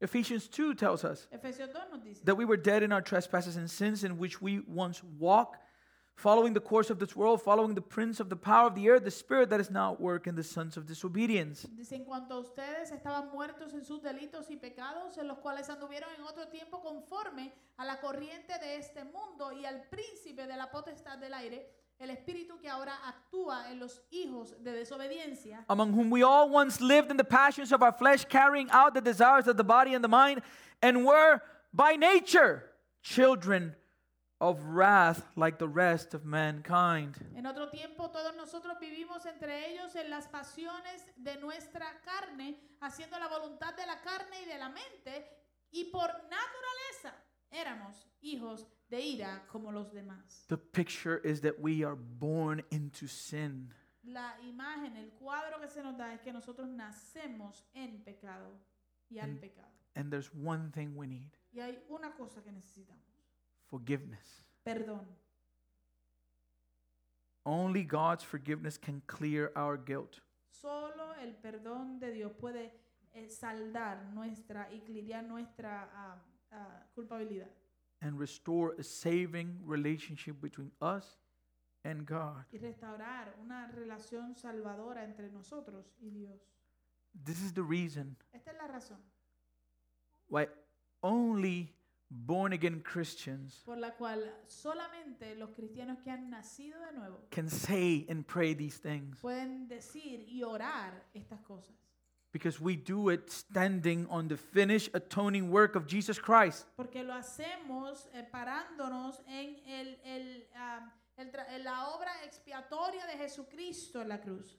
Speaker 2: Ephesians 2 tells us
Speaker 1: Efesios 2 nos dice
Speaker 2: that we were dead in our trespasses and sins in which we once walked, following the course of this world, following the prince of the power of the air, the spirit that is now at work in the sons of disobedience.
Speaker 1: Dice, en cuanto a ustedes estaban muertos en sus delitos y pecados, en los cuales anduvieron en otro tiempo conforme a la corriente de este mundo y al príncipe de la potestad del aire, el espíritu que ahora actúa en los hijos de desobediencia,
Speaker 2: among whom we all once lived in the passions of our flesh, carrying out the desires of the body and the mind, and were by nature children of wrath like the rest of mankind.
Speaker 1: En otro tiempo todos nosotros vivimos entre ellos en las pasiones de nuestra carne, haciendo la voluntad de la carne y de la mente, y por naturaleza éramos hijos de ira como los demás.
Speaker 2: The picture is that we are born into sin.
Speaker 1: La imagen, el cuadro que se nos da es que nosotros nacemos en pecado y al
Speaker 2: En-
Speaker 1: pecado.
Speaker 2: And there's one thing we need
Speaker 1: Y hay una cosa que necesitamos,
Speaker 2: forgiveness.
Speaker 1: perdón.
Speaker 2: Only God's forgiveness can clear our guilt.
Speaker 1: Solo el perdón de Dios puede eh, saldar nuestra y cliriar nuestra ah, ah, culpabilidad.
Speaker 2: And restore a saving relationship between us and God.
Speaker 1: y restaurar una relación salvadora entre nosotros y Dios.
Speaker 2: This is the reason
Speaker 1: Esta es la razón
Speaker 2: why only born again Christians
Speaker 1: por la cual solamente los cristianos que han nacido de nuevo
Speaker 2: can say and pray these things
Speaker 1: pueden decir y orar estas cosas,
Speaker 2: because we do it standing on the finished atoning work of Jesus Christ.
Speaker 1: porque lo hacemos eh, parándonos en el, el, ah, el tra- en la obra expiatoria de Jesucristo en la cruz.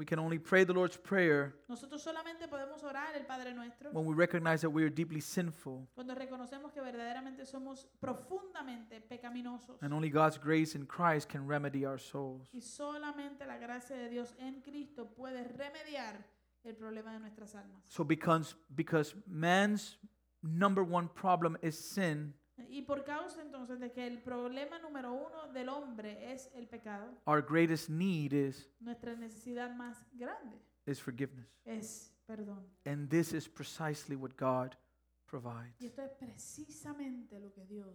Speaker 2: We can only pray the Lord's Prayer
Speaker 1: Nosotros solamente podemos orar el Padre Nuestro
Speaker 2: when we recognize that we are deeply sinful
Speaker 1: cuando reconocemos que verdaderamente somos profundamente pecaminosos.
Speaker 2: and only God's grace in Christ can remedy our souls.
Speaker 1: Y solamente la gracia de Dios en Cristo puede remediar el problema de nuestras almas.
Speaker 2: So because because man's number one problem is sin,
Speaker 1: Y por causa entonces de que el problema número uno del hombre es el pecado,
Speaker 2: our greatest need is
Speaker 1: nuestra necesidad más grande
Speaker 2: is forgiveness.
Speaker 1: es perdón.
Speaker 2: And this is precisely what God
Speaker 1: Y
Speaker 2: provides.
Speaker 1: esto es precisamente lo que Dios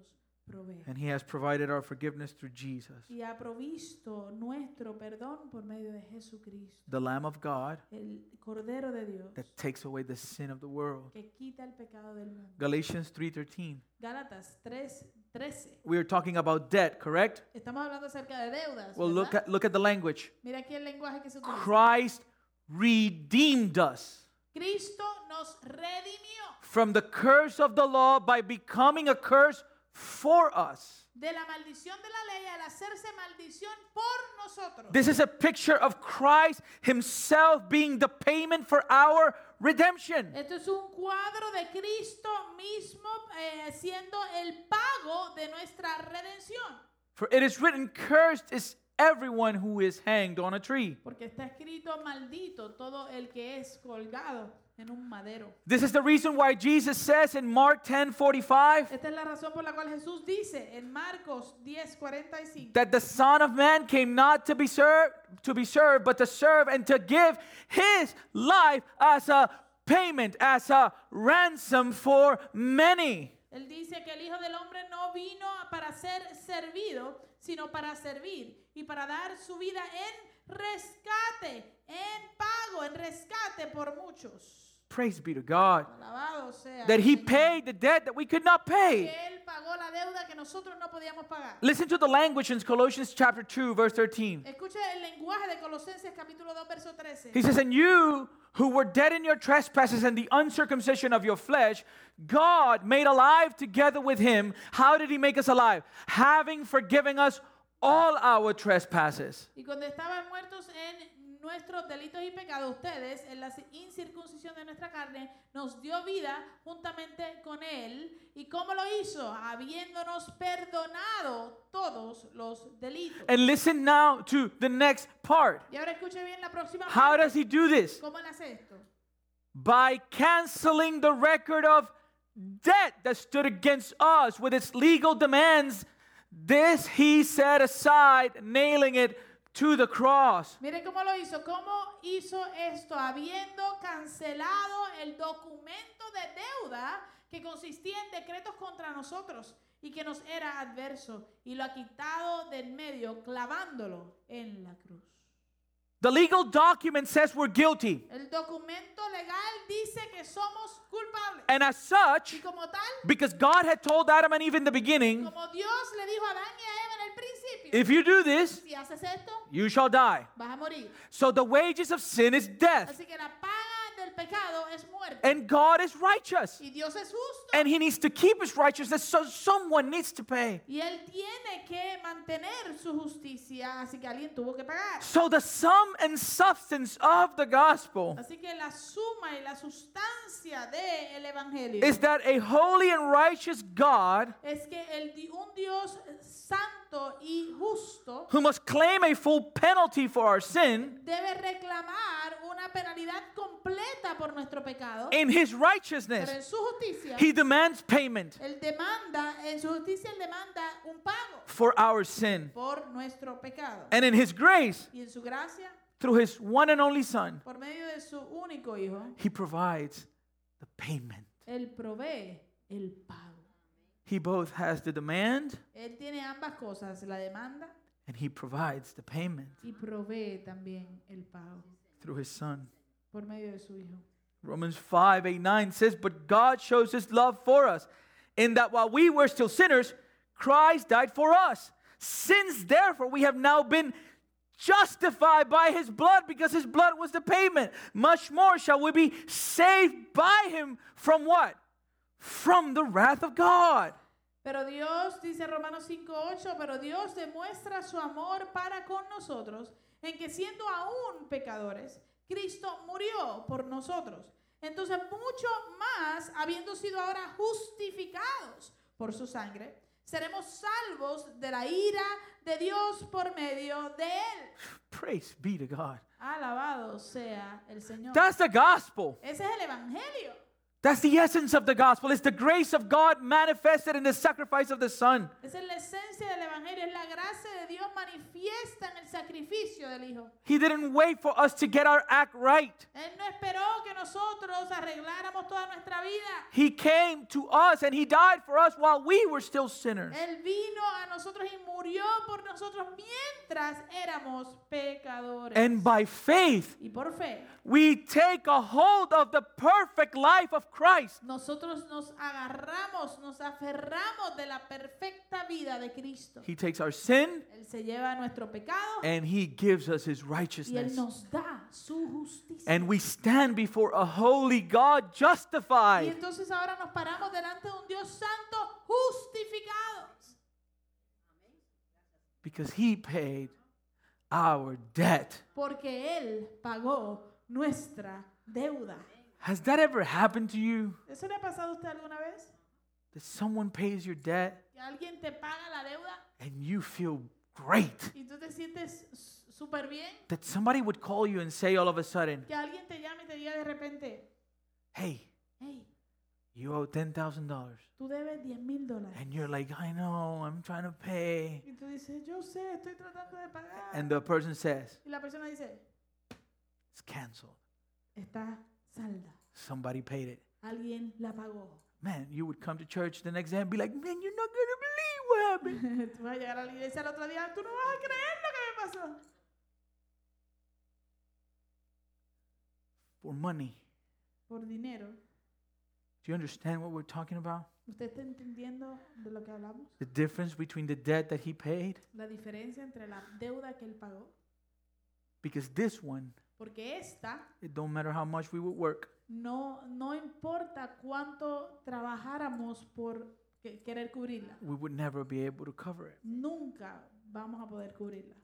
Speaker 1: provee.
Speaker 2: And he has provided our forgiveness through Jesus.
Speaker 1: Y ha provisto nuestro perdón por medio de Jesucristo,
Speaker 2: the Lamb of God
Speaker 1: el Cordero de Dios,
Speaker 2: that takes away the sin of the world.
Speaker 1: que quita el pecado del mundo.
Speaker 2: Galatians 3:13.
Speaker 1: Gálatas 3:13.
Speaker 2: We are talking about debt, correct?
Speaker 1: Estamos hablando acerca de deudas.
Speaker 2: Well, look
Speaker 1: ¿verdad?
Speaker 2: at look at the language.
Speaker 1: Mira aquí el lenguaje que se utiliza.
Speaker 2: Christ redeemed us
Speaker 1: Cristo nos redimió
Speaker 2: from the curse of the law by becoming a curse for us.
Speaker 1: de la maldición de la ley al hacerse maldición por nosotros.
Speaker 2: This is a picture of Christ himself being the payment for our redemption.
Speaker 1: Esto es un cuadro de Cristo mismo eh, siendo el pago de nuestra redención.
Speaker 2: For it is written, cursed is everyone who is hanged on a tree.
Speaker 1: Porque está escrito maldito todo el que es colgado en un madero.
Speaker 2: This is the reason why Jesus says in Mark 10:45
Speaker 1: Esta es la razón por la cual Jesús dice en Marcos 10:45
Speaker 2: that the son of man came not to be served to be served but to serve and to give his life as a payment as a ransom for many
Speaker 1: Él dice que el Hijo del Hombre no vino a- para ser servido, sino para servir y para dar su vida en rescate, en pago, en rescate por muchos.
Speaker 2: praise be to god
Speaker 1: Alabado sea.
Speaker 2: that
Speaker 1: el
Speaker 2: he
Speaker 1: Señor.
Speaker 2: paid the debt that we could not pay
Speaker 1: Que Él pagó la deuda que nosotros no podíamos pagar.
Speaker 2: Listen to the language in Colossians chapter 2 verse 13.
Speaker 1: Escucha el lenguaje de Colosenses capítulo 2 verso 13.
Speaker 2: He says, "And you who were dead in your trespasses and the uncircumcision of your flesh, God made alive together with him. How did he make us alive? Having forgiven us all our trespasses."
Speaker 1: Y cuando estaban muertos en nuestros delitos y pecados, ustedes, en la incircuncisión de nuestra carne, nos dio vida juntamente con Él. ¿Y cómo lo hizo? Habiéndonos perdonado todos los delitos.
Speaker 2: And listen now to the next part.
Speaker 1: Y ahora escuche bien la próxima
Speaker 2: How
Speaker 1: parte.
Speaker 2: does he do this?
Speaker 1: ¿Cómo él hace esto?
Speaker 2: by canceling the record of debt that stood against us with its legal demands. This he set aside, nailing it to the cross.
Speaker 1: Mire cómo lo hizo. ¿Cómo hizo esto? Habiendo cancelado el documento de deuda que consistía en decretos contra nosotros y que nos era adverso, y lo ha quitado del medio, clavándolo en la cruz.
Speaker 2: The legal document says we're guilty,
Speaker 1: El documento legal dice que somos culpables.
Speaker 2: and as such,
Speaker 1: Y como tal,
Speaker 2: because God had told Adam and Eve in the beginning,
Speaker 1: como Dios le dijo a Adán y a Eva en el principio,
Speaker 2: if you do this,
Speaker 1: si haces esto,
Speaker 2: you shall die.
Speaker 1: vas a morir.
Speaker 2: So the wages of sin is death,
Speaker 1: Así que la paga del pecado es muerte.
Speaker 2: and God is righteous,
Speaker 1: Y Dios es justo.
Speaker 2: and He needs to keep His righteousness, so someone needs to pay.
Speaker 1: Y él tiene que mantener su justicia, así que alguien tuvo que pagar.
Speaker 2: So the sum and substance of the gospel
Speaker 1: Así que la suma y la sustancia del Evangelio
Speaker 2: is that a holy and righteous God
Speaker 1: es que el, di- un Dios santo y justo
Speaker 2: who must claim a full penalty for our sin
Speaker 1: debe reclamar una penalidad completa por nuestro pecado,
Speaker 2: in his
Speaker 1: pero
Speaker 2: righteousness
Speaker 1: en su justicia,
Speaker 2: he demands payment
Speaker 1: él demanda, en su justicia él demanda un pago
Speaker 2: for our sin
Speaker 1: por nuestro pecado.
Speaker 2: and in his grace
Speaker 1: Y en su gracia,
Speaker 2: through his one and only son
Speaker 1: por medio de su único hijo,
Speaker 2: he provides the payment
Speaker 1: él provee el pago.
Speaker 2: he both has the demand
Speaker 1: Él tiene ambas cosas, la demanda
Speaker 2: and he provides the payment
Speaker 1: y provee también el pago
Speaker 2: through his son
Speaker 1: por medio de su Hijo.
Speaker 2: Romans 5 8 9 says, But God shows his love for us, in that while we were still sinners, Christ died for us. Since therefore we have now been justified by his blood, because his blood was the payment, much more shall we be saved by him from what? From the wrath of God.
Speaker 1: Pero Dios, dice Romanos 5.8, pero Dios demuestra su amor para con nosotros en que siendo aún pecadores, Cristo murió por nosotros. Entonces mucho más, habiendo sido ahora justificados por su sangre, seremos salvos de la ira de Dios por medio de Él.
Speaker 2: Praise be to God.
Speaker 1: Alabado sea el Señor.
Speaker 2: That's the gospel.
Speaker 1: Ese es el Evangelio.
Speaker 2: That's the essence of the gospel. It's the grace of God manifested in the sacrifice of the Son.
Speaker 1: Esa es la esencia del Evangelio, es la gracia de Dios manifiesta en el sacrificio del Hijo.
Speaker 2: He didn't wait for us to get our act right.
Speaker 1: Él no esperó que nosotros arregláramos toda nuestra vida.
Speaker 2: He came to us and he died for us while we were still sinners.
Speaker 1: Él vino a nosotros y murió por nosotros mientras éramos pecadores.
Speaker 2: And by faith,
Speaker 1: y por fe,
Speaker 2: we take a hold of the perfect life of Christ.
Speaker 1: nosotros nos agarramos, nos aferramos de la perfecta vida de Cristo.
Speaker 2: He takes our sin
Speaker 1: Él se lleva nuestro pecado
Speaker 2: and he gives us his
Speaker 1: y Él
Speaker 2: righteousness.
Speaker 1: nos da su justicia.
Speaker 2: And we stand before a holy
Speaker 1: Y
Speaker 2: God justified.
Speaker 1: entonces ahora nos paramos delante de un Dios santo justificado.
Speaker 2: Because he paid our debt.
Speaker 1: Porque Él pagó nuestra deuda.
Speaker 2: Has that ever happened to you?
Speaker 1: ¿Eso le ha pasado a usted alguna vez?
Speaker 2: That someone pays your debt
Speaker 1: Que alguien te paga la deuda
Speaker 2: and you feel great.
Speaker 1: y tú te sientes s- súper bien.
Speaker 2: That somebody would call you and say all of a sudden,
Speaker 1: Que alguien te llame y te diga de repente,
Speaker 2: hey,
Speaker 1: hey,
Speaker 2: you owe ten thousand dollars,
Speaker 1: tú debes 10 mil dólares.
Speaker 2: and you're like, I know, I'm trying to pay.
Speaker 1: Y tú dices, yo sé, estoy tratando de pagar.
Speaker 2: And the person says,
Speaker 1: y la persona dice,
Speaker 2: it's canceled.
Speaker 1: está salda.
Speaker 2: Somebody paid it.
Speaker 1: Alguien la pagó.
Speaker 2: Man, you would come to church the next day and be like, man, you're not gonna believe what happened.
Speaker 1: tú vas a llegar a la iglesia al otro día, tú no vas a creer lo que me pasó.
Speaker 2: For money,
Speaker 1: Por dinero
Speaker 2: Do you understand what we're talking about?
Speaker 1: ¿Usted está entendiendo de lo que hablamos?
Speaker 2: The difference between the debt that he paid,
Speaker 1: La diferencia entre la deuda que él pagó,
Speaker 2: because this one,
Speaker 1: porque esta
Speaker 2: it don't matter how much we would work,
Speaker 1: no, no importa cuánto trabajáramos por que- querer cubrirla,
Speaker 2: we would never be able to cover it.
Speaker 1: nunca vamos a poder cubrirla.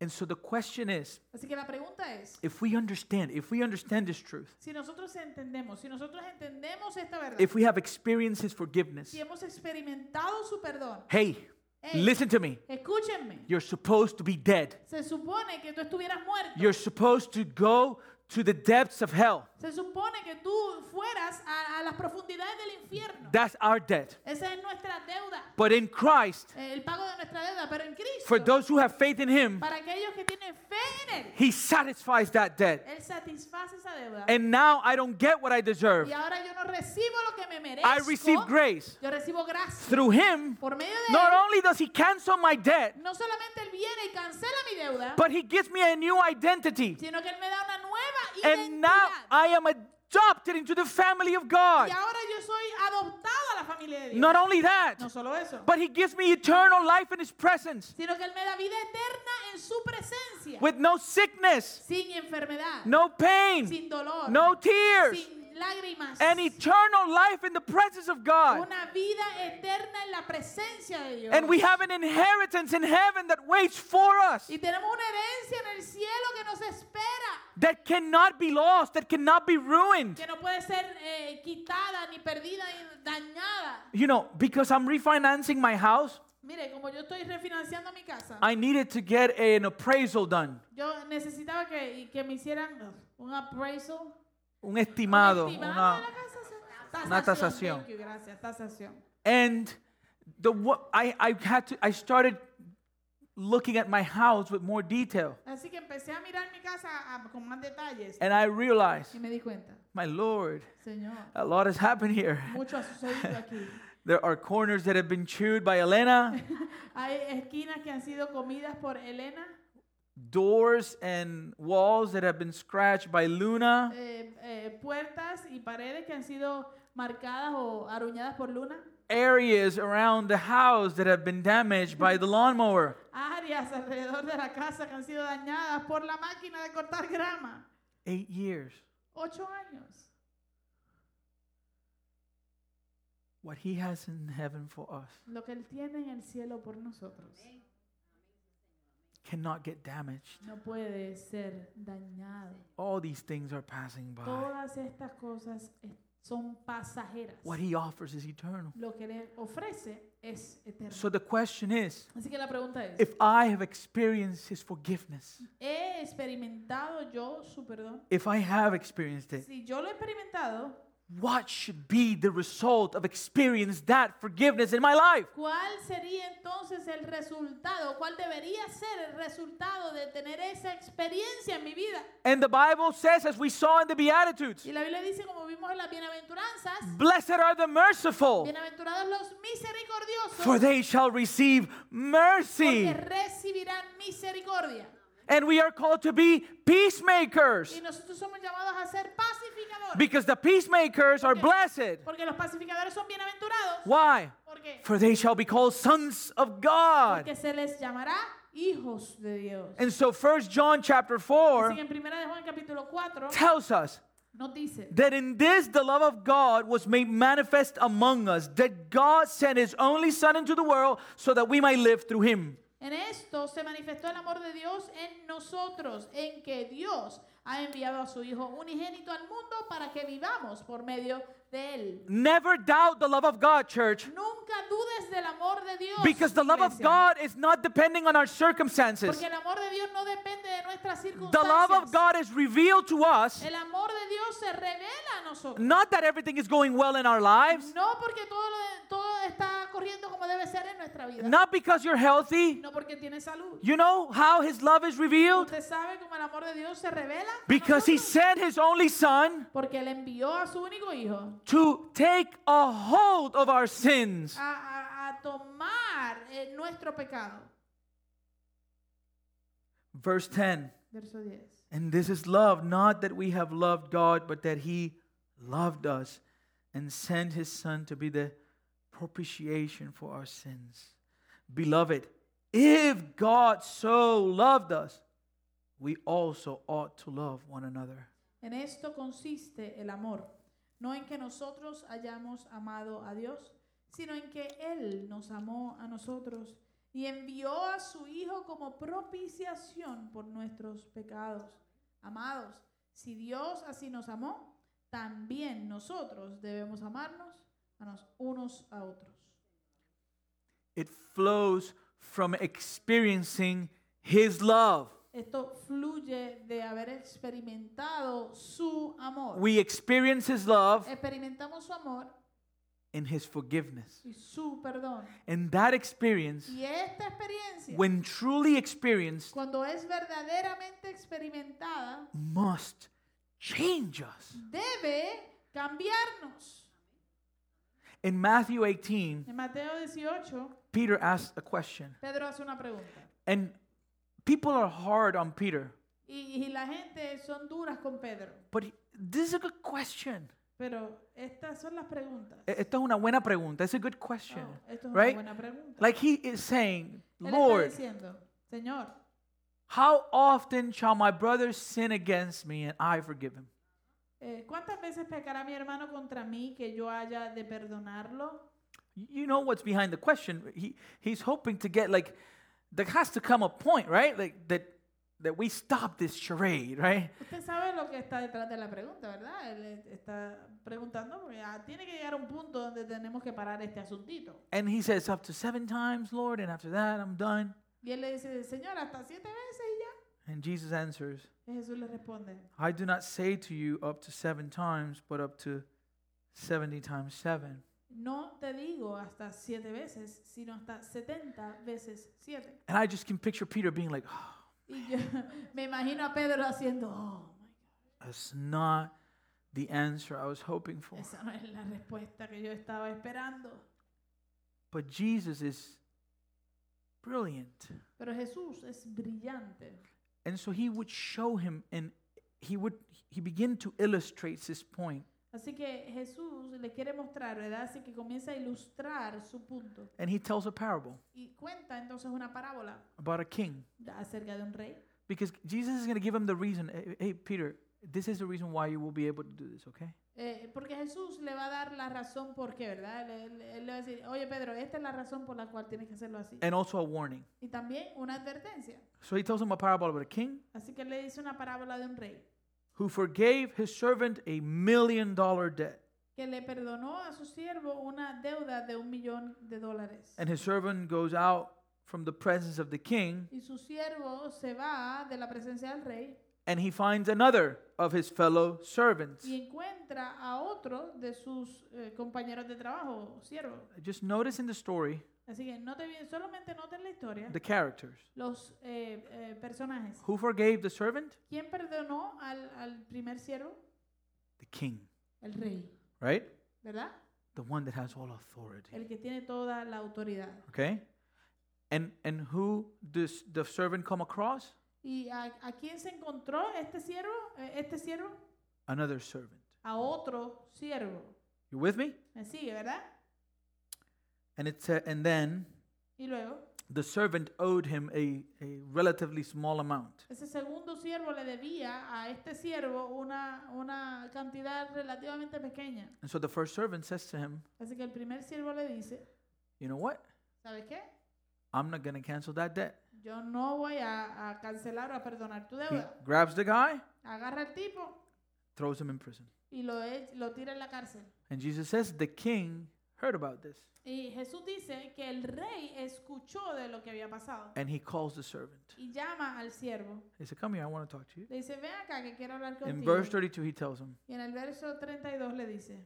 Speaker 2: And so the question is,
Speaker 1: Así que la pregunta es,
Speaker 2: if we understand, if we understand this truth,
Speaker 1: si nosotros entendemos, si nosotros entendemos esta verdad,
Speaker 2: if we have experienced his forgiveness,
Speaker 1: si hemos experimentado su perdón,
Speaker 2: hey,
Speaker 1: hey,
Speaker 2: listen to me.
Speaker 1: escúchenme,
Speaker 2: You're supposed to be dead.
Speaker 1: se supone que tú estuvieras muerto,
Speaker 2: You're supposed to go to the depths of hell.
Speaker 1: se supone que tú fueras a, a las profundidades del infierno.
Speaker 2: That's our debt.
Speaker 1: Esa es nuestra deuda,
Speaker 2: But in Christ,
Speaker 1: eh, el pago de nuestra deuda, pero en Cristo,
Speaker 2: for those who have faith in him,
Speaker 1: para aquellos que tienen fe en Él,
Speaker 2: he satisfies that debt.
Speaker 1: Él satisface esa deuda.
Speaker 2: And now I don't get what I deserve.
Speaker 1: Y ahora yo no recibo lo que me merezco.
Speaker 2: I receive grace.
Speaker 1: Yo recibo gracia.
Speaker 2: Through him,
Speaker 1: Por medio de
Speaker 2: not
Speaker 1: Él,
Speaker 2: only does he cancel my debt,
Speaker 1: no solamente Él viene y cancela mi deuda,
Speaker 2: but he gives me a new identity.
Speaker 1: sino que Él me da una nueva
Speaker 2: And now
Speaker 1: identidad.
Speaker 2: I am adopted into the family of God.
Speaker 1: Y ahora yo soy adoptado a la familia de Dios.
Speaker 2: Not only that,
Speaker 1: No solo eso,
Speaker 2: but he gives me eternal life in his presence
Speaker 1: sino que Él me da vida eterna en su presencia.
Speaker 2: with no sickness,
Speaker 1: Sin enfermedad,
Speaker 2: no pain,
Speaker 1: sin dolor,
Speaker 2: no tears,
Speaker 1: sin lágrimas.
Speaker 2: an eternal life in the presence of God.
Speaker 1: Una vida eterna en la presencia de Dios.
Speaker 2: And we have an inheritance in heaven that waits for us,
Speaker 1: y tenemos una herencia en el cielo que nos espera.
Speaker 2: that cannot be lost, that cannot be ruined.
Speaker 1: que no puede ser eh, quitada, ni perdida, ni dañada.
Speaker 2: You know, because I'm refinancing my house,
Speaker 1: Mire, como yo estoy refinanciando mi casa,
Speaker 2: I needed to get an appraisal done,
Speaker 1: yo necesitaba que, y que me hicieran ugh, un appraisal. un
Speaker 2: un estimado, uh,
Speaker 1: estimado
Speaker 2: una-
Speaker 1: de la casa, sí.
Speaker 2: una tasación.
Speaker 1: thank you, gracias, tasación.
Speaker 2: and the what I, I had to I started looking at my house with more detail,
Speaker 1: Así que empecé a mirar mi casa ah, con más detalles
Speaker 2: and I realized,
Speaker 1: y me di cuenta,
Speaker 2: my Lord,
Speaker 1: Señor,
Speaker 2: a lot has happened here.
Speaker 1: mucho ha sucedido aquí.
Speaker 2: There are corners that have been chewed by Elena,
Speaker 1: Hay esquinas que han sido comidas por Elena,
Speaker 2: doors and walls that have been scratched by Luna,
Speaker 1: eh, eh, puertas y paredes que han sido marcadas o aruñadas por Luna.
Speaker 2: areas around the house that have been damaged by the lawnmower.
Speaker 1: áreas alrededor de la casa que han sido dañadas por la máquina de cortar grama.
Speaker 2: Eight years.
Speaker 1: Ocho años.
Speaker 2: What he has in heaven for us
Speaker 1: Lo que Él tiene en el cielo por nosotros
Speaker 2: cannot get damaged.
Speaker 1: no puede ser dañado.
Speaker 2: All these things are passing by.
Speaker 1: Todas estas cosas es- son pasajeras.
Speaker 2: What he offers is eternal.
Speaker 1: Lo que le ofrece es
Speaker 2: So
Speaker 1: eterno.
Speaker 2: the question is
Speaker 1: Así que la pregunta es,
Speaker 2: if I have experienced his forgiveness,
Speaker 1: ¿he experimentado yo su perdón?
Speaker 2: if I have experienced it,
Speaker 1: Si yo lo he experimentado,
Speaker 2: what should be the result of experience that forgiveness in my life?
Speaker 1: ¿cuál sería entonces el resultado? ¿Cuál debería ser el resultado de tener esa experiencia en mi vida?
Speaker 2: And the Bible says, as we saw in the Beatitudes,
Speaker 1: Y la Biblia dice, como vimos en las bienaventuranzas,
Speaker 2: Blessed are the merciful,
Speaker 1: bienaventurados los misericordiosos,
Speaker 2: for they shall receive mercy.
Speaker 1: porque recibirán misericordia.
Speaker 2: And we are called to
Speaker 1: Y
Speaker 2: be peacemakers,
Speaker 1: nosotros somos llamados a ser pacificadores,
Speaker 2: because the peacemakers are blessed.
Speaker 1: porque los pacificadores son bienaventurados.
Speaker 2: Why?
Speaker 1: ¿Por qué?
Speaker 2: For they shall be called sons of God.
Speaker 1: Porque se les llamará hijos de Dios.
Speaker 2: And so First John chapter
Speaker 1: Así
Speaker 2: 4
Speaker 1: que en primera de Juan capítulo 4
Speaker 2: tells us
Speaker 1: nos dice
Speaker 2: that in this the love of God was made manifest among us, that God sent his only Son into the world so that we might live through him.
Speaker 1: En esto se manifestó el amor de Dios en nosotros, en que Dios ha enviado a su Hijo unigénito al mundo para que vivamos por medio de él.
Speaker 2: Never doubt the love of God, church,
Speaker 1: Nunca dudes del amor de Dios.
Speaker 2: because the love of
Speaker 1: iglesia.
Speaker 2: God is not depending on our circumstances.
Speaker 1: Porque el amor de Dios no depende de nuestras
Speaker 2: The
Speaker 1: circunstancias.
Speaker 2: love of God is revealed to us,
Speaker 1: El amor de Dios se revela a nosotros.
Speaker 2: not that everything is going well in our lives,
Speaker 1: No porque todo, lo de- todo está corriendo como debe ser en nuestra vida.
Speaker 2: not because you're healthy.
Speaker 1: No porque tiene salud.
Speaker 2: You know how his love is revealed?
Speaker 1: Usted sabe cómo el amor de Dios se revela. a
Speaker 2: Because he
Speaker 1: nosotros.
Speaker 2: sent his only Son
Speaker 1: Porque él envió a su único hijo.
Speaker 2: to take a hold of our sins.
Speaker 1: a, a- a tomar eh, nuestro pecado.
Speaker 2: Verse 10.
Speaker 1: Verso 10.
Speaker 2: And this is love, not that we have loved God, but that He loved us and sent his son to be the propitiation for our sins. Beloved, if God so loved us, we also ought to love one another.
Speaker 1: En esto consiste el amor, no en que nosotros hayamos amado a Dios, sino en que Él nos amó a nosotros y envió a su Hijo como propiciación por nuestros pecados. Amados, si Dios así nos amó, también nosotros debemos amarnos a nos- unos a otros.
Speaker 2: It flows from experiencing his love.
Speaker 1: Esto fluye de haber experimentado su amor.
Speaker 2: We experience his love
Speaker 1: Experimentamos su amor
Speaker 2: in his forgiveness.
Speaker 1: y su perdón.
Speaker 2: And that experience,
Speaker 1: Y esta experiencia,
Speaker 2: when truly experienced,
Speaker 1: cuando es verdaderamente experimentada,
Speaker 2: must change us.
Speaker 1: debe cambiarnos.
Speaker 2: In Matthew 18,
Speaker 1: En Mateo 18,
Speaker 2: Peter asks a question.
Speaker 1: Pedro hace una pregunta.
Speaker 2: And people are hard on Peter,
Speaker 1: Y, y la gente son duras con Pedro.
Speaker 2: but he- this is a good question.
Speaker 1: Pero estas son las preguntas.
Speaker 2: E- Esta es una buena pregunta. It's a good
Speaker 1: Oh,
Speaker 2: question.
Speaker 1: esto es una
Speaker 2: right?
Speaker 1: buena pregunta.
Speaker 2: Like he is saying,
Speaker 1: Él está
Speaker 2: Lord,
Speaker 1: diciendo, Señor,
Speaker 2: how often shall my brother sin against me and I forgive him?
Speaker 1: eh, ¿cuántas veces pecará mi hermano contra mí que yo haya de perdonarlo?
Speaker 2: Y- You know what's behind the question. He he's hoping to get like there has to come a point, right? Like that that we stop this charade, right?
Speaker 1: Usted sabe lo que está detrás de la pregunta, ¿verdad? Él eh, está preguntando porque ah, tiene que llegar a un punto donde tenemos que parar este asuntito.
Speaker 2: And he says up to seven times, Lord, and after that I'm done.
Speaker 1: Y él le dice, Señor, hasta siete veces y ya.
Speaker 2: And Jesus answers,
Speaker 1: Y Jesús le responde,
Speaker 2: I do not say to you up to seven times, but up to 70 times seven.
Speaker 1: no te digo hasta siete veces, sino hasta setenta veces siete.
Speaker 2: And I just can picture Peter being like, "Oh,
Speaker 1: Y yo me imagino a Pedro haciendo, oh, my
Speaker 2: that's not the answer I was hoping for.
Speaker 1: God, esa no es la respuesta que yo estaba esperando.
Speaker 2: But Jesus is brilliant.
Speaker 1: Pero Jesús es brillante.
Speaker 2: And so he would show him and he would he begin to illustrate this point.
Speaker 1: Así que Jesús le quiere mostrar, ¿verdad? Así que comienza a ilustrar su punto.
Speaker 2: And he tells a parable
Speaker 1: Y cuenta entonces una parábola
Speaker 2: about a king.
Speaker 1: acerca de un rey.
Speaker 2: Because Jesus is going to give him the reason. "Hey, Hey, Peter, this is the reason why you will be able to do this, okay?
Speaker 1: Eh, porque Jesús le va a dar la razón por qué, ¿verdad? Él, él- él le va a decir, oye Pedro, esta es la razón por la cual tienes que hacerlo así.
Speaker 2: And also a warning.
Speaker 1: Y también una advertencia.
Speaker 2: So he tells him a parable about a king
Speaker 1: Así que él le dice una parábola de un rey
Speaker 2: who forgave his servant a million dollar debt.
Speaker 1: que le perdonó a su siervo una deuda de un millón de dólares.
Speaker 2: And his servant goes out from the presence of the king
Speaker 1: Y su siervo se va de la presencia del rey
Speaker 2: and he finds another of his fellow servants.
Speaker 1: y encuentra a otro de sus eh, compañeros de trabajo, siervo.
Speaker 2: Just notice in the story
Speaker 1: Así que no te, vi- solamente noten la historia,
Speaker 2: the characters.
Speaker 1: los eh, eh, personajes.
Speaker 2: Who forgave the servant?
Speaker 1: ¿Quién perdonó al, al primer siervo?
Speaker 2: The king,
Speaker 1: El rey,
Speaker 2: right?
Speaker 1: ¿verdad?
Speaker 2: The one that has all authority.
Speaker 1: El que tiene toda la autoridad.
Speaker 2: Okay? And and who does the servant come across?
Speaker 1: ¿Y a, a quién se encontró este siervo? Eh, Este siervo
Speaker 2: Another servant.
Speaker 1: a otro siervo.
Speaker 2: You with me?
Speaker 1: ¿Me sigue, verdad?
Speaker 2: And it's uh, and then
Speaker 1: Y luego,
Speaker 2: the servant owed him a, a relatively small amount.
Speaker 1: ese segundo siervo le debía a este siervo una, una cantidad relativamente pequeña.
Speaker 2: And so the first servant says to him,
Speaker 1: Así que el primer siervo le dice,
Speaker 2: "You know what?
Speaker 1: ¿sabes qué?
Speaker 2: I'm not going to cancel that debt."
Speaker 1: Yo no voy a, a cancelar o a perdonar tu
Speaker 2: He
Speaker 1: deuda.
Speaker 2: grabs the guy,
Speaker 1: Agarra al tipo
Speaker 2: throws him in prison.
Speaker 1: y lo, e- lo tira en la cárcel.
Speaker 2: And Jesus says the king heard about this
Speaker 1: Y Jesús dice que el rey escuchó de lo que había pasado
Speaker 2: and he calls the servant.
Speaker 1: y llama al siervo.
Speaker 2: He said, "Come here, I want to talk to you."
Speaker 1: Le dice, ven acá que quiero hablar
Speaker 2: In verse
Speaker 1: contigo.
Speaker 2: 32 he tells him,
Speaker 1: Y en el verso 32 le dice,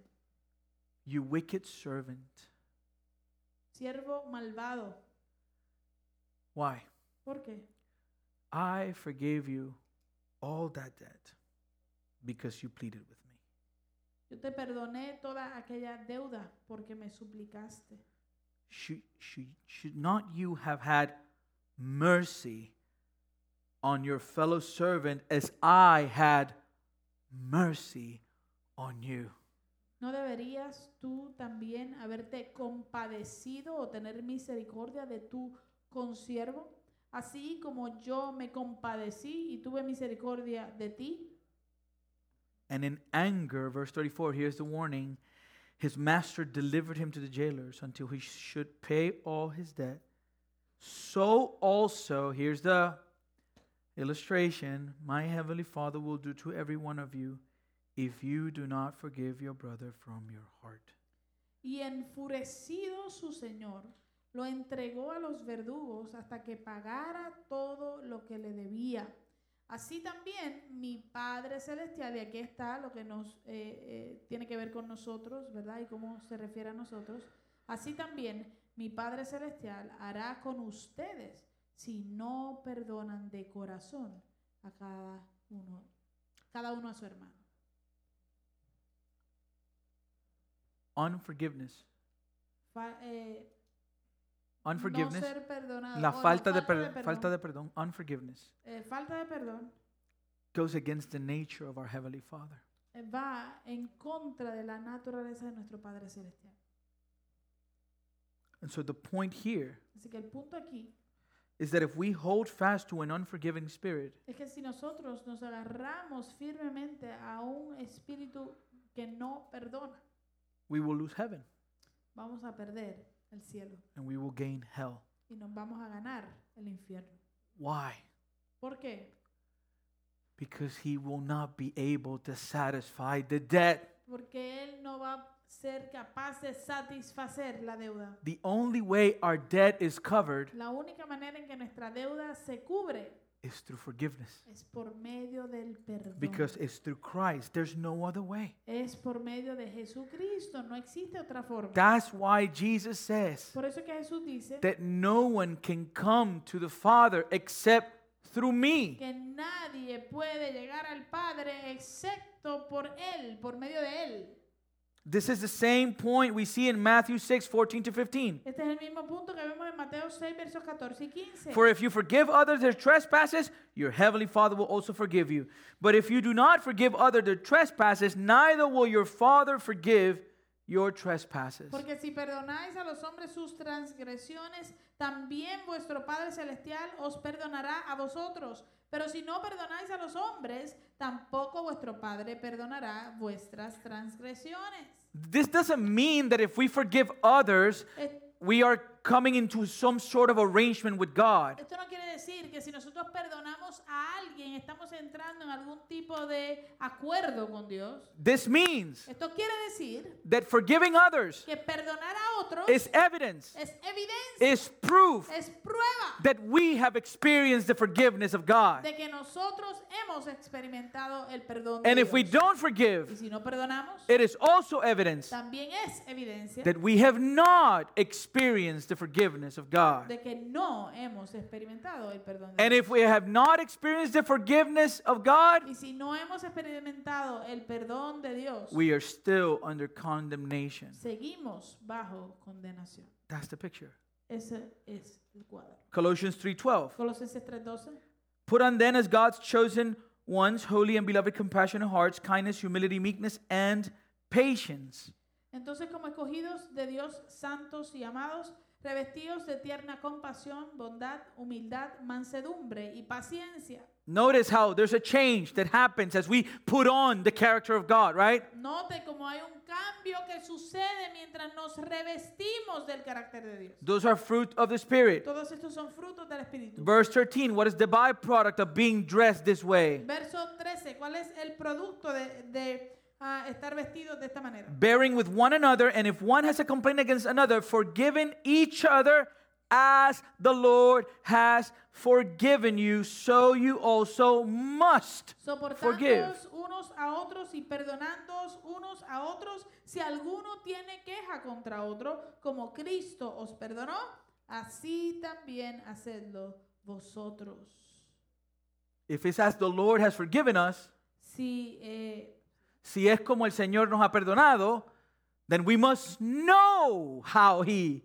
Speaker 2: You wicked servant.
Speaker 1: siervo malvado,
Speaker 2: Why?
Speaker 1: ¿por qué?
Speaker 2: I forgave you all that debt because you pleaded with me.
Speaker 1: Yo te perdoné toda aquella deuda porque me suplicaste.
Speaker 2: Should, should, should not you have had mercy on your fellow servant as I had mercy on you?
Speaker 1: ¿No deberías tú también haberte compadecido o tener misericordia de tu consiervo? Así como yo me compadecí y tuve misericordia de ti.
Speaker 2: And in anger, verse 34, here's the warning his master delivered him to the jailers until he should pay all his debt. So also, here's the illustration my heavenly Father will do to every one of you if you do not forgive your brother from your heart.
Speaker 1: Y enfurecido su señor, lo entregó a los verdugos hasta que pagara todo lo que le debía. Así también mi Padre Celestial, y aquí está lo que nos eh, eh, tiene que ver con nosotros, ¿verdad? Y cómo se refiere a nosotros. Así también mi Padre Celestial hará con ustedes si no perdonan de corazón a cada uno, cada uno a su hermano.
Speaker 2: Unforgiveness.
Speaker 1: Fa- eh, no
Speaker 2: Unforgiveness.
Speaker 1: ser perdonado.
Speaker 2: La
Speaker 1: o
Speaker 2: falta de,
Speaker 1: falta,
Speaker 2: per- falta de perdón, unforgiveness,
Speaker 1: eh, falta de perdón
Speaker 2: goes against the nature of our Heavenly Father.
Speaker 1: eh, va en contra de la naturaleza de nuestro Padre Celestial.
Speaker 2: And so the point here
Speaker 1: Así que el punto aquí
Speaker 2: is that if we hold fast to an unforgiving spirit,
Speaker 1: es que si nosotros nos agarramos firmemente a un espíritu que no perdona,
Speaker 2: we will lose heaven
Speaker 1: vamos a perder el cielo
Speaker 2: and we will gain hell.
Speaker 1: y nos vamos a ganar el infierno.
Speaker 2: Why?
Speaker 1: ¿Por qué?
Speaker 2: Because he will not be able to satisfy the debt.
Speaker 1: Porque Él no va a ser capaz de satisfacer la deuda.
Speaker 2: The only way our debt is covered
Speaker 1: La única manera en que nuestra deuda se cubre
Speaker 2: is through forgiveness.
Speaker 1: es por medio del perdón.
Speaker 2: Because it's through Christ. There's no other way.
Speaker 1: es por medio de Jesucristo, no existe otra forma.
Speaker 2: That's why Jesus says
Speaker 1: Por eso que Jesús dice
Speaker 2: that no one can come to the Father except through me.
Speaker 1: que nadie puede llegar al Padre excepto por Él, por medio de Él.
Speaker 2: This is the same point we see in Matthew 6 14 to 15.
Speaker 1: Este es el mismo punto que vemos en Mateo 6, versos 14 y 15.
Speaker 2: For if you forgive others their trespasses, your heavenly Father will also forgive you. But if you do not forgive others their trespasses, neither will your Father forgive your trespasses.
Speaker 1: Porque si perdonáis a los hombres sus transgresiones, también vuestro Padre Celestial os perdonará a vosotros. Pero si no perdonáis a los hombres, tampoco vuestro Padre perdonará vuestras transgresiones.
Speaker 2: This doesn't mean that if we forgive others,
Speaker 1: Es-
Speaker 2: we are coming into some sort of arrangement with God.
Speaker 1: Esto no quiere decir que si nosotros perdonamos a alguien, estamos entrando en algún tipo de acuerdo con Dios.
Speaker 2: This means
Speaker 1: Esto quiere decir
Speaker 2: that forgiving others
Speaker 1: que perdonar a otros
Speaker 2: is evidence,
Speaker 1: es evidencia,
Speaker 2: is proof
Speaker 1: es prueba
Speaker 2: that we have experienced the forgiveness of God.
Speaker 1: de que nosotros hemos experimentado el perdón de
Speaker 2: And if we
Speaker 1: Dios.
Speaker 2: don't
Speaker 1: Y
Speaker 2: forgive,
Speaker 1: si no perdonamos,
Speaker 2: it is also evidence
Speaker 1: también es evidencia
Speaker 2: that we have not experienced the forgiveness of God.
Speaker 1: de que no hemos experimentado el perdón de
Speaker 2: And
Speaker 1: Dios.
Speaker 2: if we have not experienced the forgiveness of God,
Speaker 1: Y si no hemos experimentado el perdón de Dios,
Speaker 2: we are still under condemnation.
Speaker 1: seguimos bajo condenación.
Speaker 2: That's the picture.
Speaker 1: Ese es el cuadro.
Speaker 2: Colossians 3:12.
Speaker 1: Colosenses 3:12.
Speaker 2: Put on then as God's chosen ones, holy and beloved, compassionate hearts, kindness, humility, meekness, and patience.
Speaker 1: Entonces, como escogidos de Dios, santos y amados, revestidos de tierna compasión, bondad, humildad, mansedumbre y paciencia.
Speaker 2: Notice how there's a change that happens as we put on the character of God, right?
Speaker 1: Note cómo hay un cambio que sucede mientras nos revestimos del carácter de Dios.
Speaker 2: Those are fruit of the Spirit.
Speaker 1: Todos estos son frutos del Espíritu.
Speaker 2: Verse 13, what is the byproduct of being dressed this way?
Speaker 1: Verso 13. ¿Cuál es el producto de, de, ah, estar vestidos de esta manera?
Speaker 2: Bearing with one another, and if one has a complaint against another, forgiving each other as the Lord has forgiven you, so you also must. Forgive.
Speaker 1: Soportándoos unos a otros y perdonándoos unos a otros, si alguno tiene queja contra otro, como Cristo os perdonó, así también hacedlo vosotros.
Speaker 2: If it's as the Lord has forgiven us,
Speaker 1: Si eh,
Speaker 2: si es como el Señor nos ha perdonado, then we must know how he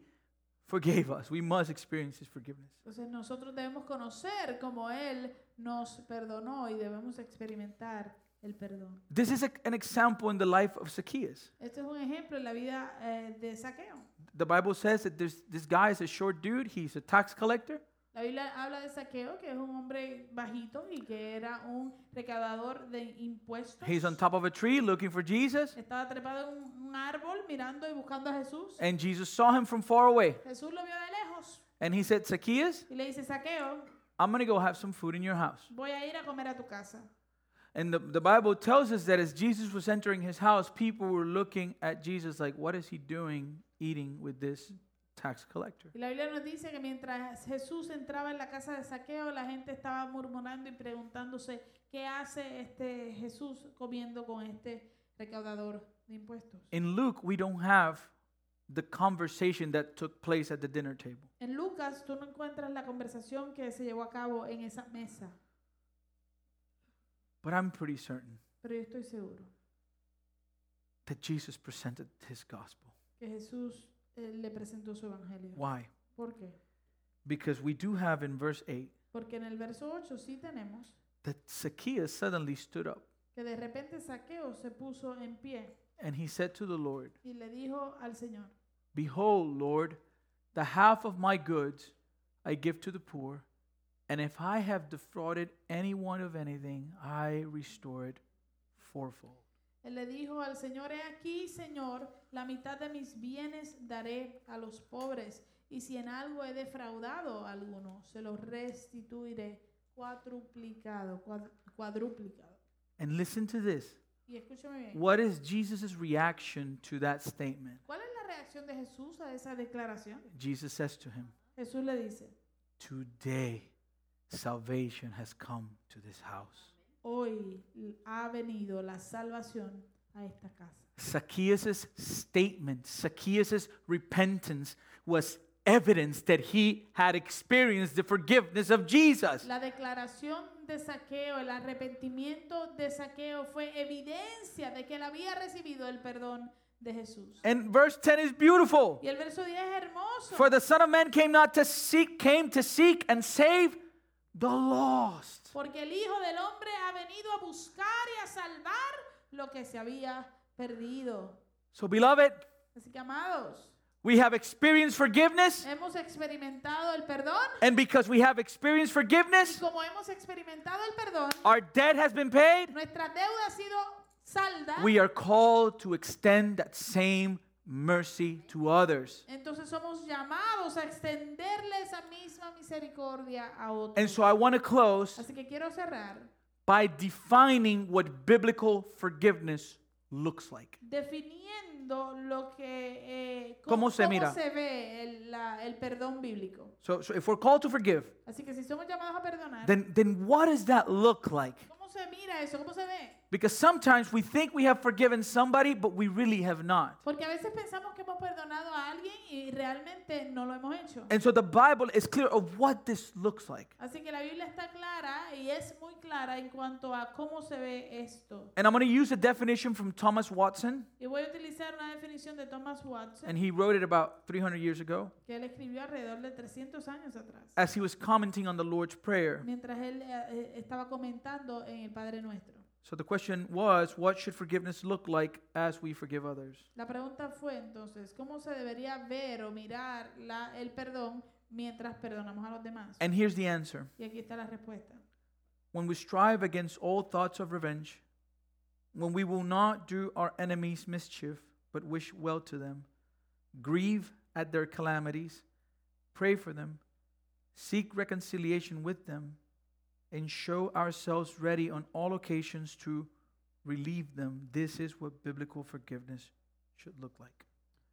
Speaker 2: forgave us. We must experience his forgiveness.
Speaker 1: entonces nosotros debemos conocer como Él nos perdonó y debemos experimentar el perdón.
Speaker 2: This is a, an example in the life of Zacchaeus.
Speaker 1: Este es un ejemplo en la vida eh, de Saqueo.
Speaker 2: The Bible says that this, this guy is a short dude, he's a tax collector,
Speaker 1: La Biblia habla de Saqueo, que es un hombre bajito y que era un recaudador de impuestos.
Speaker 2: he's on top of a tree looking for Jesus,
Speaker 1: Estaba trepado en un, un árbol mirando y buscando a Jesús.
Speaker 2: and Jesus saw him from far away.
Speaker 1: Jesús lo vio de lejos
Speaker 2: And he said, Zacchaeus,
Speaker 1: y le dice, Saqueo,
Speaker 2: I'm going to go have some food in your house.
Speaker 1: voy a ir a comer a tu casa.
Speaker 2: And the, the Bible tells us that as Jesus was entering his house, people were looking at Jesus like, what is he doing eating with this tax collector?
Speaker 1: Y la Biblia nos dice que mientras Jesús entraba en la casa de Saqueo, la gente estaba murmurando y preguntándose qué hace este Jesús comiendo con este recaudador de impuestos.
Speaker 2: In Luke, we don't have the conversation that took place at the dinner table.
Speaker 1: En Lucas tú no encuentras la conversación que se llevó a cabo en esa mesa,
Speaker 2: But I'm pretty certain
Speaker 1: pero yo estoy seguro
Speaker 2: that Jesus presented his gospel.
Speaker 1: que Jesús eh, le presentó su evangelio.
Speaker 2: Why?
Speaker 1: ¿Por qué?
Speaker 2: Because we do have in verse 8
Speaker 1: Porque en el verso 8 sí tenemos
Speaker 2: that Zacchaeus suddenly stood up
Speaker 1: que de repente Saqueo se puso en pie
Speaker 2: and he said to the Lord,
Speaker 1: y le dijo al Señor,
Speaker 2: Behold, Lord, the half of my goods I give to the poor, and if I have defrauded anyone of anything, I restore it fourfold.
Speaker 1: Él le dijo al Señor, he aquí, Señor, la mitad de mis bienes daré a los pobres, y si en algo he defraudado a alguno, se los restituiré cuadruplicado, cuad- cuadruplicado.
Speaker 2: And listen to this.
Speaker 1: Y escúchame bien,
Speaker 2: What is Jesus' reaction to that statement?
Speaker 1: ¿cuál es la reacción de Jesús a esa declaración?
Speaker 2: Jesus says to him,
Speaker 1: Jesús le dice,
Speaker 2: Today salvation has come to this house.
Speaker 1: hoy ha venido la salvación a esta casa.
Speaker 2: Zacchaeus' statement, Zacchaeus' repentance was evidence that he had experienced the forgiveness of Jesus.
Speaker 1: La declaración de saqueo, el arrepentimiento de saqueo fue evidencia de que él había recibido el perdón de Jesús.
Speaker 2: And verse 10 is beautiful.
Speaker 1: Y el verso 10 es hermoso.
Speaker 2: For the Son of Man came not to seek, came to seek and save the lost.
Speaker 1: porque el Hijo del Hombre ha venido a buscar y a salvar lo que se había perdido.
Speaker 2: So, beloved,
Speaker 1: Así que, amados,
Speaker 2: we have experienced forgiveness,
Speaker 1: hemos experimentado el perdón.
Speaker 2: and because we have experienced
Speaker 1: Y
Speaker 2: forgiveness,
Speaker 1: como hemos experimentado el perdón,
Speaker 2: our debt has been paid.
Speaker 1: nuestra deuda ha sido salda.
Speaker 2: We are called to extend that same mercy to others.
Speaker 1: Entonces somos llamados a extenderle esa misma misericordia a
Speaker 2: And
Speaker 1: otros.
Speaker 2: so, I want to close
Speaker 1: Así que quiero cerrar
Speaker 2: by defining what biblical forgiveness looks like.
Speaker 1: definiendo lo que eh,
Speaker 2: ¿Cómo se mira?
Speaker 1: ve el, la- el perdón bíblico.
Speaker 2: So, so if we're called to forgive,
Speaker 1: Así que si somos llamados a perdonar,
Speaker 2: then, then what does that look like?
Speaker 1: ¿cómo se mira eso? ¿Cómo se ve?
Speaker 2: Because sometimes we think we have forgiven somebody, but we really have not.
Speaker 1: Porque a veces pensamos que hemos perdonado a alguien y realmente no lo hemos hecho.
Speaker 2: And so the Bible is clear of what this looks like.
Speaker 1: Así que la Biblia está clara y es muy clara en cuanto a cómo se ve esto.
Speaker 2: And I'm going to use a definition from Thomas Watson,
Speaker 1: Y voy a utilizar una definición de Thomas Watson
Speaker 2: and he wrote it about 300 years ago
Speaker 1: que él escribió alrededor de 300 años atrás,
Speaker 2: as he was commenting on the Lord's Prayer.
Speaker 1: mientras él eh, eh, estaba comentando en el Padre Nuestro.
Speaker 2: So the question was, what should forgiveness look like as we forgive others?
Speaker 1: La pregunta fue entonces, ¿cómo se debería ver o mirar la- el perdón mientras perdonamos a los demás?
Speaker 2: And here's the answer.
Speaker 1: Y aquí está la respuesta.
Speaker 2: when we strive against all thoughts of revenge, when we will not do our enemies mischief, but wish well to them, grieve at their calamities, pray for them, seek reconciliation with them, and show ourselves ready on all occasions to relieve them. This is what biblical forgiveness should look like.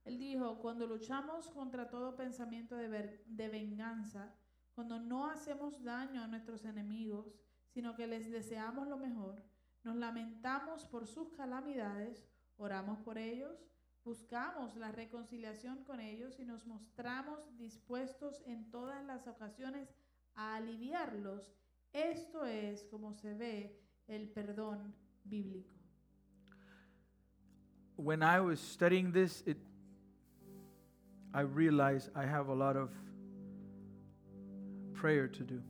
Speaker 1: Él dijo, cuando luchamos contra todo pensamiento de, ver- de venganza, cuando no hacemos daño a nuestros enemigos, sino que les deseamos lo mejor, nos lamentamos por sus calamidades, oramos por ellos, buscamos la reconciliación con ellos y nos mostramos dispuestos en todas las ocasiones a aliviarlos. Esto es como se ve el perdón bíblico.
Speaker 2: When I was studying this, it I realized I have a lot of prayer to do.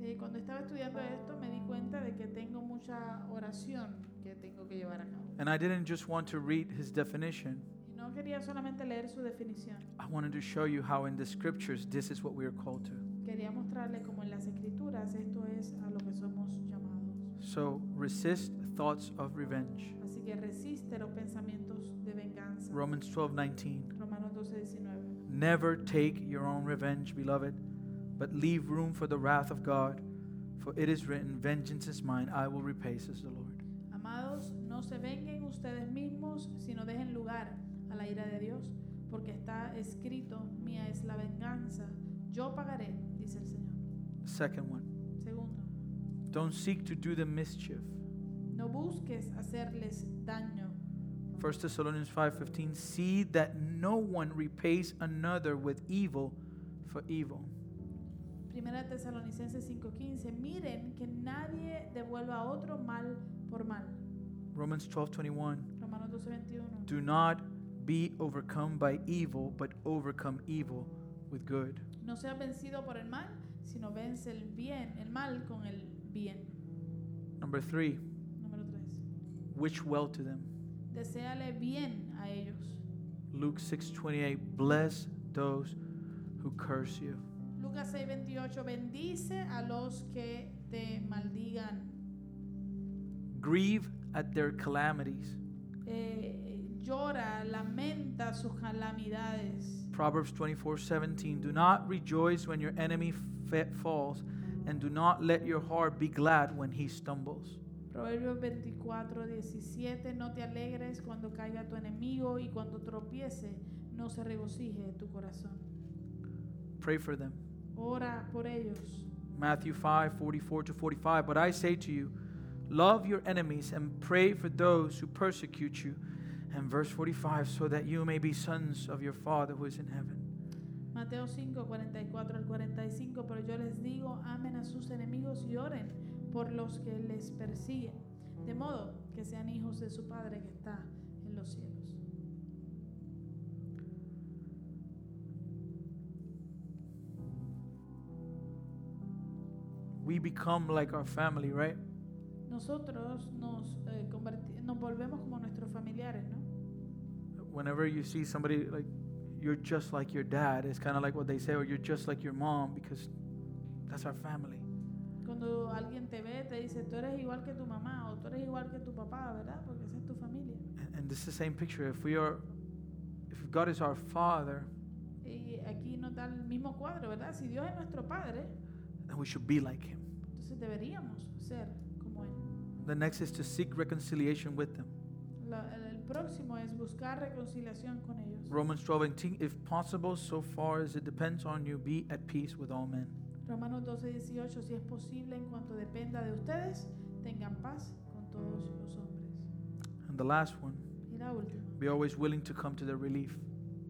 Speaker 1: Eh, cuando estaba estudiando esto me di cuenta de que tengo mucha oración que tengo que llevar a cabo.
Speaker 2: And I didn't just want to read his definition,
Speaker 1: Y no quería solamente leer su definición,
Speaker 2: I wanted to show you how in the scriptures this is what we are called to.
Speaker 1: quería mostrarle cómo en las escrituras esto es a lo que somos llamados.
Speaker 2: So resist thoughts of revenge.
Speaker 1: Así que resiste los pensamientos de venganza.
Speaker 2: Romans 12:19.
Speaker 1: Romanos 12, 19.
Speaker 2: Never take your own revenge, beloved, but leave room for the wrath of God, for it is written, Vengeance is mine, I will repay, says the Lord.
Speaker 1: Amados, no se venguen ustedes mismos, sino dejen lugar a la ira de Dios, porque está escrito, mía es la venganza, yo pagaré, dice el Señor.
Speaker 2: Second one,
Speaker 1: Segundo,
Speaker 2: don't seek to do them mischief.
Speaker 1: no busques hacerles daño.
Speaker 2: 1 Thessalonians 5:15, see that no one repays another with evil for evil.
Speaker 1: Primera Tesalonicenses 5:15, miren que nadie devuelva a otro mal por mal.
Speaker 2: Romans 12:21,
Speaker 1: Romanos 12:21.
Speaker 2: do not be overcome by evil, but overcome evil with good.
Speaker 1: No seas vencido por el mal, sino vence el bien, el mal con el bien.
Speaker 2: Number 3,
Speaker 1: Número 3.
Speaker 2: wish well to them.
Speaker 1: Deseale bien a ellos.
Speaker 2: Luke 6:28 Bless those who curse you.
Speaker 1: Lucas 6:28 bendice a los que te maldigan,
Speaker 2: Grieve at their calamities.
Speaker 1: Eh, llora, lamenta sus calamidades.
Speaker 2: Proverbs 24:17 Do not rejoice when your enemy fa- falls and do not let your heart be glad when he stumbles.
Speaker 1: Proverbios 24:17 no te alegres cuando caiga tu enemigo y cuando tropiece no se regocije tu corazón.
Speaker 2: Pray for them.
Speaker 1: Ora por ellos.
Speaker 2: Matthew 5:44 to 45 But I say to you love your enemies and pray for those who persecute you. And verse 45 so that you may be sons of your father who is in heaven.
Speaker 1: Mateo 5, 44 al 45, pero yo les digo, amen a sus enemigos y oren por los que les persiguen, de modo que sean hijos de su Padre que está en los cielos.
Speaker 2: We become like our family, right?
Speaker 1: Nosotros nos, eh, converti- nos volvemos como nuestros familiares, ¿no?
Speaker 2: whenever you see somebody like you're just like your dad it's kind of like what they say or you're just like your mom because that's our family
Speaker 1: Cuando alguien te ve, te dice, tú eres igual que tu mamá o tú eres igual que tu papá, ¿verdad? Porque esa es tu familia.
Speaker 2: and, and this is the same picture if we are if god is our father
Speaker 1: Y aquí nos da el mismo cuadro, ¿verdad? Si Dios es nuestro Padre,
Speaker 2: then we should be like him
Speaker 1: entonces deberíamos ser como Él.
Speaker 2: the next is to seek reconciliation with them
Speaker 1: La- el próximo es buscar reconciliación con ellos.
Speaker 2: romans 12 and 10 if possible so far as it depends on you be at peace with all men
Speaker 1: Romanos 12, 18, si es posible, en cuanto dependa de ustedes, tengan paz con todos los hombres.
Speaker 2: and the last one
Speaker 1: Y la última,
Speaker 2: be always willing to come to their relief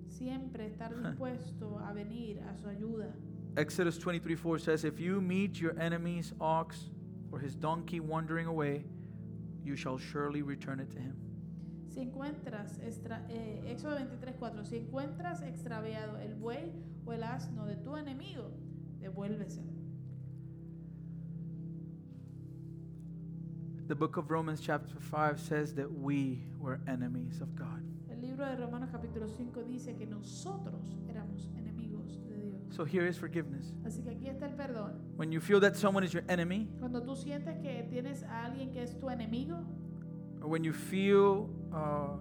Speaker 1: siempre estar dispuesto a venir a su ayuda.
Speaker 2: Exodus 23 4 says, If you meet your enemy's ox or his donkey wandering away, you shall surely return it to him.
Speaker 1: Si encuentras, extra, eh, Éxodo 23, 4, si encuentras extraviado el buey o el asno de tu enemigo, devuélveselo.
Speaker 2: The book of Romans, chapter 5, says that we were enemies of God.
Speaker 1: El libro de Romanos capítulo 5 dice que nosotros éramos enemigos de Dios.
Speaker 2: So here is forgiveness.
Speaker 1: Así que aquí está el perdón.
Speaker 2: When you feel that someone is your enemy,
Speaker 1: Cuando tú sientes que tienes a alguien que es tu enemigo,
Speaker 2: or when you feel uh,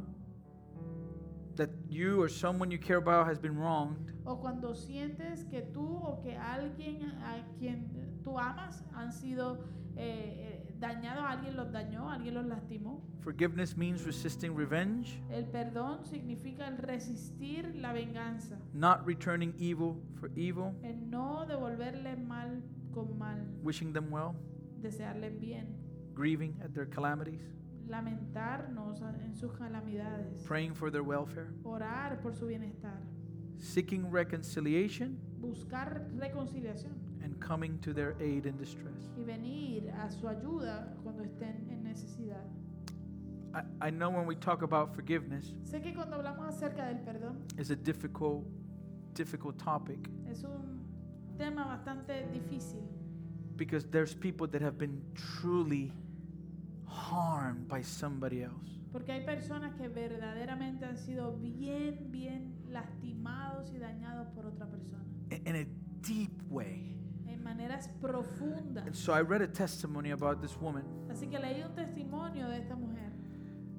Speaker 2: that you or someone you care about has been wronged,
Speaker 1: o cuando sientes que tú o que alguien a quien tú amas han sido eh, eh, dañados, alguien los dañó, alguien los lastimó.
Speaker 2: forgiveness means resisting revenge,
Speaker 1: El perdón significa el resistir la venganza,
Speaker 2: not returning evil for evil,
Speaker 1: el no devolverle mal con mal,
Speaker 2: wishing them well,
Speaker 1: desearle bien,
Speaker 2: grieving at their calamities.
Speaker 1: lamentarnos en sus calamidades,
Speaker 2: praying for their welfare,
Speaker 1: orar por su bienestar,
Speaker 2: seeking reconciliation,
Speaker 1: buscar reconciliación
Speaker 2: and coming to their aid in distress.
Speaker 1: y venir a su ayuda cuando estén en necesidad.
Speaker 2: I, I know when we talk about forgiveness,
Speaker 1: Sé que cuando hablamos acerca del perdón,
Speaker 2: it's a difficult, difficult topic,
Speaker 1: Es un tema bastante difícil,
Speaker 2: because there's people that have been truly harmed by somebody else.
Speaker 1: Porque hay personas que verdaderamente han sido bien, bien lastimados y dañados por otra persona.
Speaker 2: in, in a deep way.
Speaker 1: En maneras
Speaker 2: And
Speaker 1: profundas.
Speaker 2: so I read a testimony about this woman,
Speaker 1: Así que leí un testimonio de esta mujer.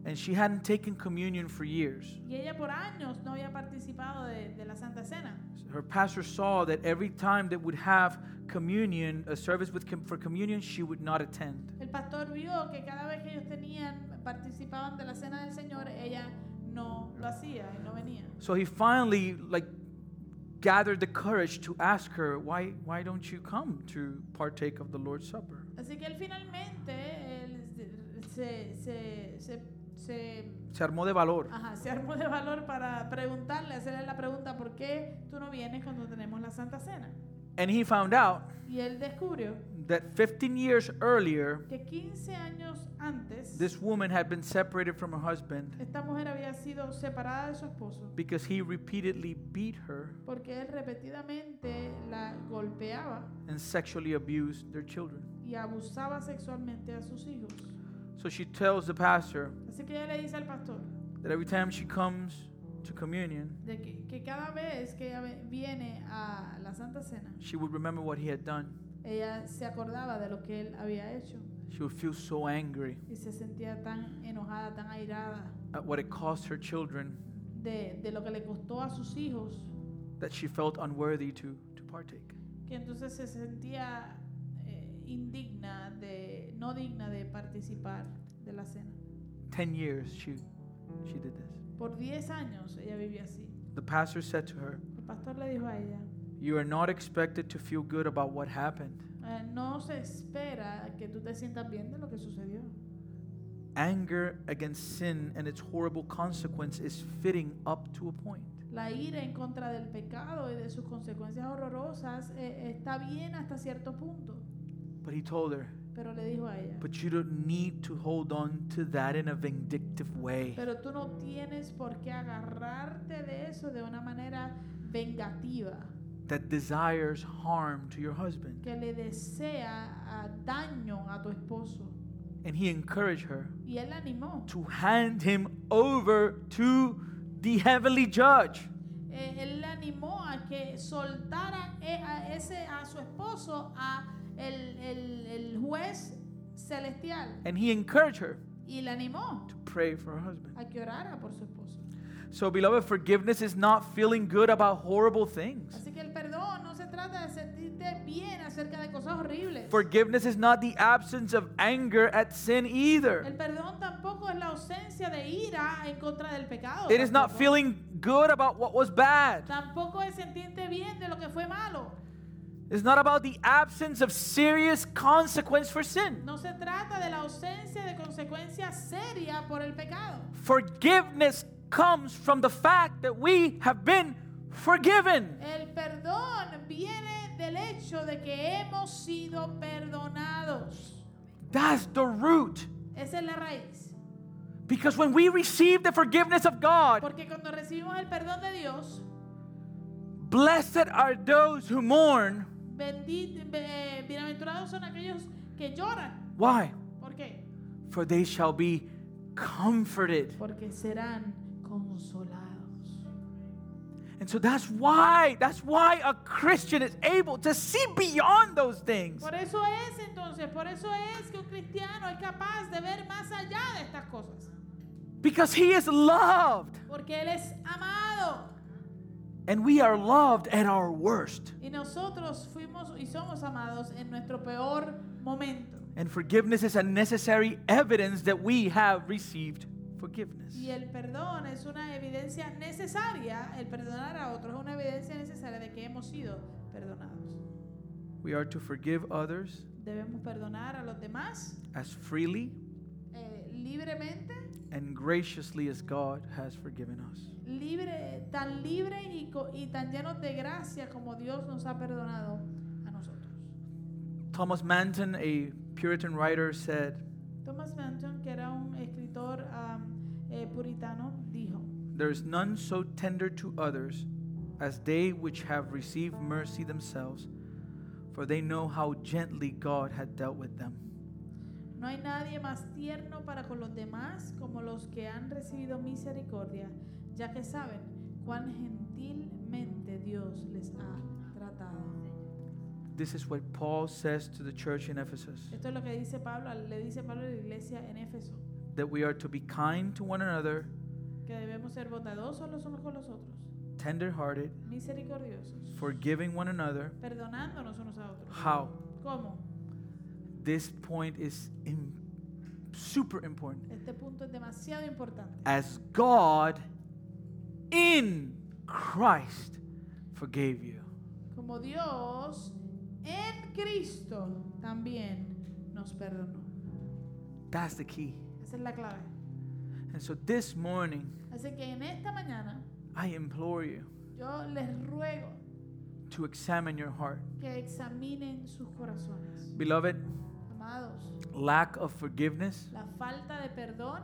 Speaker 2: and she hadn't taken communion for years.
Speaker 1: Y ella por años no había participado de, de la Santa Cena.
Speaker 2: Her pastor saw that every time that would have communion, a service with com- for communion, she would not attend.
Speaker 1: El pastor vio que cada vez que ellos tenían, participaban de la Cena del Señor, ella no lo hacía y no venía.
Speaker 2: So he finally like gathered the courage to ask her, "Why why don't you come to partake of the Lord's Supper?"
Speaker 1: Así que él finalmente él se, se, se, se-
Speaker 2: Se armó de valor.
Speaker 1: ajá, se armó de valor para preguntarle, hacerle la pregunta, ¿por qué tú no vienes cuando tenemos la Santa Cena?
Speaker 2: And he found out
Speaker 1: Y él descubrió
Speaker 2: that 15 years earlier,
Speaker 1: que 15 años antes
Speaker 2: this woman had been separated from her husband
Speaker 1: esta mujer había sido separada de su esposo
Speaker 2: because he repeatedly beat her
Speaker 1: porque él repetidamente la golpeaba
Speaker 2: and sexually abused their children.
Speaker 1: y abusaba sexualmente a sus hijos.
Speaker 2: So she tells the pastor
Speaker 1: Así que ella le dice al pastor
Speaker 2: that every time she comes to communion,
Speaker 1: de que, que cada vez que ella ve- viene a la Santa Cena,
Speaker 2: she would remember what he had done.
Speaker 1: ella se acordaba de lo que él había hecho
Speaker 2: She would feel so angry
Speaker 1: y se sentía tan enojada, tan airada
Speaker 2: at what it cost her children
Speaker 1: de, de lo que le costó a sus hijos,
Speaker 2: that she felt unworthy to, to partake.
Speaker 1: que entonces se sentía eh, indigna, de, no digna de participar de la cena.
Speaker 2: Ten years she, she did this.
Speaker 1: Por 10 años ella vivió así.
Speaker 2: The pastor said to her,
Speaker 1: El pastor le dijo a ella,
Speaker 2: You are not expected to feel good about what happened.
Speaker 1: "Eh, no se espera que tú te sientas bien de lo que sucedió.
Speaker 2: Anger against sin and its horrible consequence is fitting up to a point.
Speaker 1: La ira en contra del pecado y de sus consecuencias horrorosas eh, está bien hasta cierto punto.
Speaker 2: But he told her,
Speaker 1: Pero le dijo a ella,
Speaker 2: But you don't need to hold on to that in a vindictive way.
Speaker 1: pero tú no tienes por qué agarrarte de eso de una manera vengativa,
Speaker 2: that desires harm to your husband.
Speaker 1: que le desea a daño a tu esposo.
Speaker 2: And he encouraged her
Speaker 1: Y él la animó.
Speaker 2: to hand him over to the heavenly judge.
Speaker 1: Eh, él la animó a que soltara e- a, ese, a su esposo a el, el- el juez celestial.
Speaker 2: And he encouraged her
Speaker 1: Y la animó
Speaker 2: to pray for her husband.
Speaker 1: a que orara por su esposo.
Speaker 2: So, beloved, forgiveness is not feeling good about horrible things.
Speaker 1: Así que el perdón no se trata de sentirte bien acerca de cosas horribles.
Speaker 2: Forgiveness is not the absence of anger at sin
Speaker 1: El
Speaker 2: either.
Speaker 1: perdón tampoco es la ausencia de ira en contra del pecado.
Speaker 2: It is not
Speaker 1: tampoco.
Speaker 2: feeling good about what was bad.
Speaker 1: Tampoco es sentirte bien de lo que fue malo.
Speaker 2: It's not about the absence of serious consequence for sin.
Speaker 1: No se trata de la ausencia de consecuencias serias por el pecado.
Speaker 2: Forgiveness comes from the fact that we have been forgiven.
Speaker 1: El perdón viene del hecho de que hemos sido perdonados.
Speaker 2: That's the root.
Speaker 1: Esa es la raíz.
Speaker 2: Because when we receive the forgiveness of God,
Speaker 1: Porque cuando recibimos el perdón de Dios,
Speaker 2: blessed are those who mourn.
Speaker 1: bendi- eh, bienaventurados son aquellos que lloran.
Speaker 2: Why?
Speaker 1: ¿Por qué?
Speaker 2: For they shall be comforted.
Speaker 1: Porque serán consolados.
Speaker 2: And so that's why, that's why a Christian is able to see beyond those things.
Speaker 1: Por eso es entonces, por eso es que un cristiano es capaz de ver más allá de estas cosas.
Speaker 2: Because he is loved.
Speaker 1: Porque Él es amado.
Speaker 2: And we are loved at our worst.
Speaker 1: Y nosotros fuimos y somos amados en nuestro peor momento.
Speaker 2: And forgiveness is a necessary evidence that we have received forgiveness.
Speaker 1: Y el perdón es una evidencia necesaria, el perdonar a otros es una evidencia necesaria de que hemos sido perdonados.
Speaker 2: We are to forgive others
Speaker 1: Debemos perdonar a los demás
Speaker 2: as freely
Speaker 1: eh, libremente,
Speaker 2: and graciously as God has forgiven us.
Speaker 1: libre, tan libre y, co- y tan llenos de gracia como Dios nos ha perdonado a nosotros.
Speaker 2: Thomas Manton, a Puritan writer, said,
Speaker 1: Thomas Manton, que era un escritor am, eh, puritano, dijo,
Speaker 2: There is none so tender to others as they which have received mercy themselves, for they know how gently God had dealt with them.
Speaker 1: No hay nadie más tierno para con los demás como los que han recibido misericordia, ya que saben cuán gentilmente Dios les ha tratado.
Speaker 2: This is what Paul says to the church in Ephesus
Speaker 1: Esto es lo que dice Pablo, le dice Pablo a la iglesia en Éfeso,
Speaker 2: that we are to be kind to one another,
Speaker 1: que debemos ser bondadosos los unos con los otros,
Speaker 2: tender-hearted,
Speaker 1: misericordiosos,
Speaker 2: forgiving one another.
Speaker 1: perdonándonos unos a otros.
Speaker 2: How?
Speaker 1: ¿Cómo?
Speaker 2: This point is im- super important.
Speaker 1: Este punto es demasiado importante.
Speaker 2: As God in Christ forgave you.
Speaker 1: Como Dios en Cristo también nos perdonó.
Speaker 2: That's the key.
Speaker 1: Esa es la clave.
Speaker 2: And so this morning,
Speaker 1: Así que en esta mañana
Speaker 2: I implore you
Speaker 1: yo les ruego
Speaker 2: to examine your heart.
Speaker 1: que examinen sus corazones.
Speaker 2: Beloved,
Speaker 1: Amados,
Speaker 2: lack of forgiveness
Speaker 1: la falta de perdón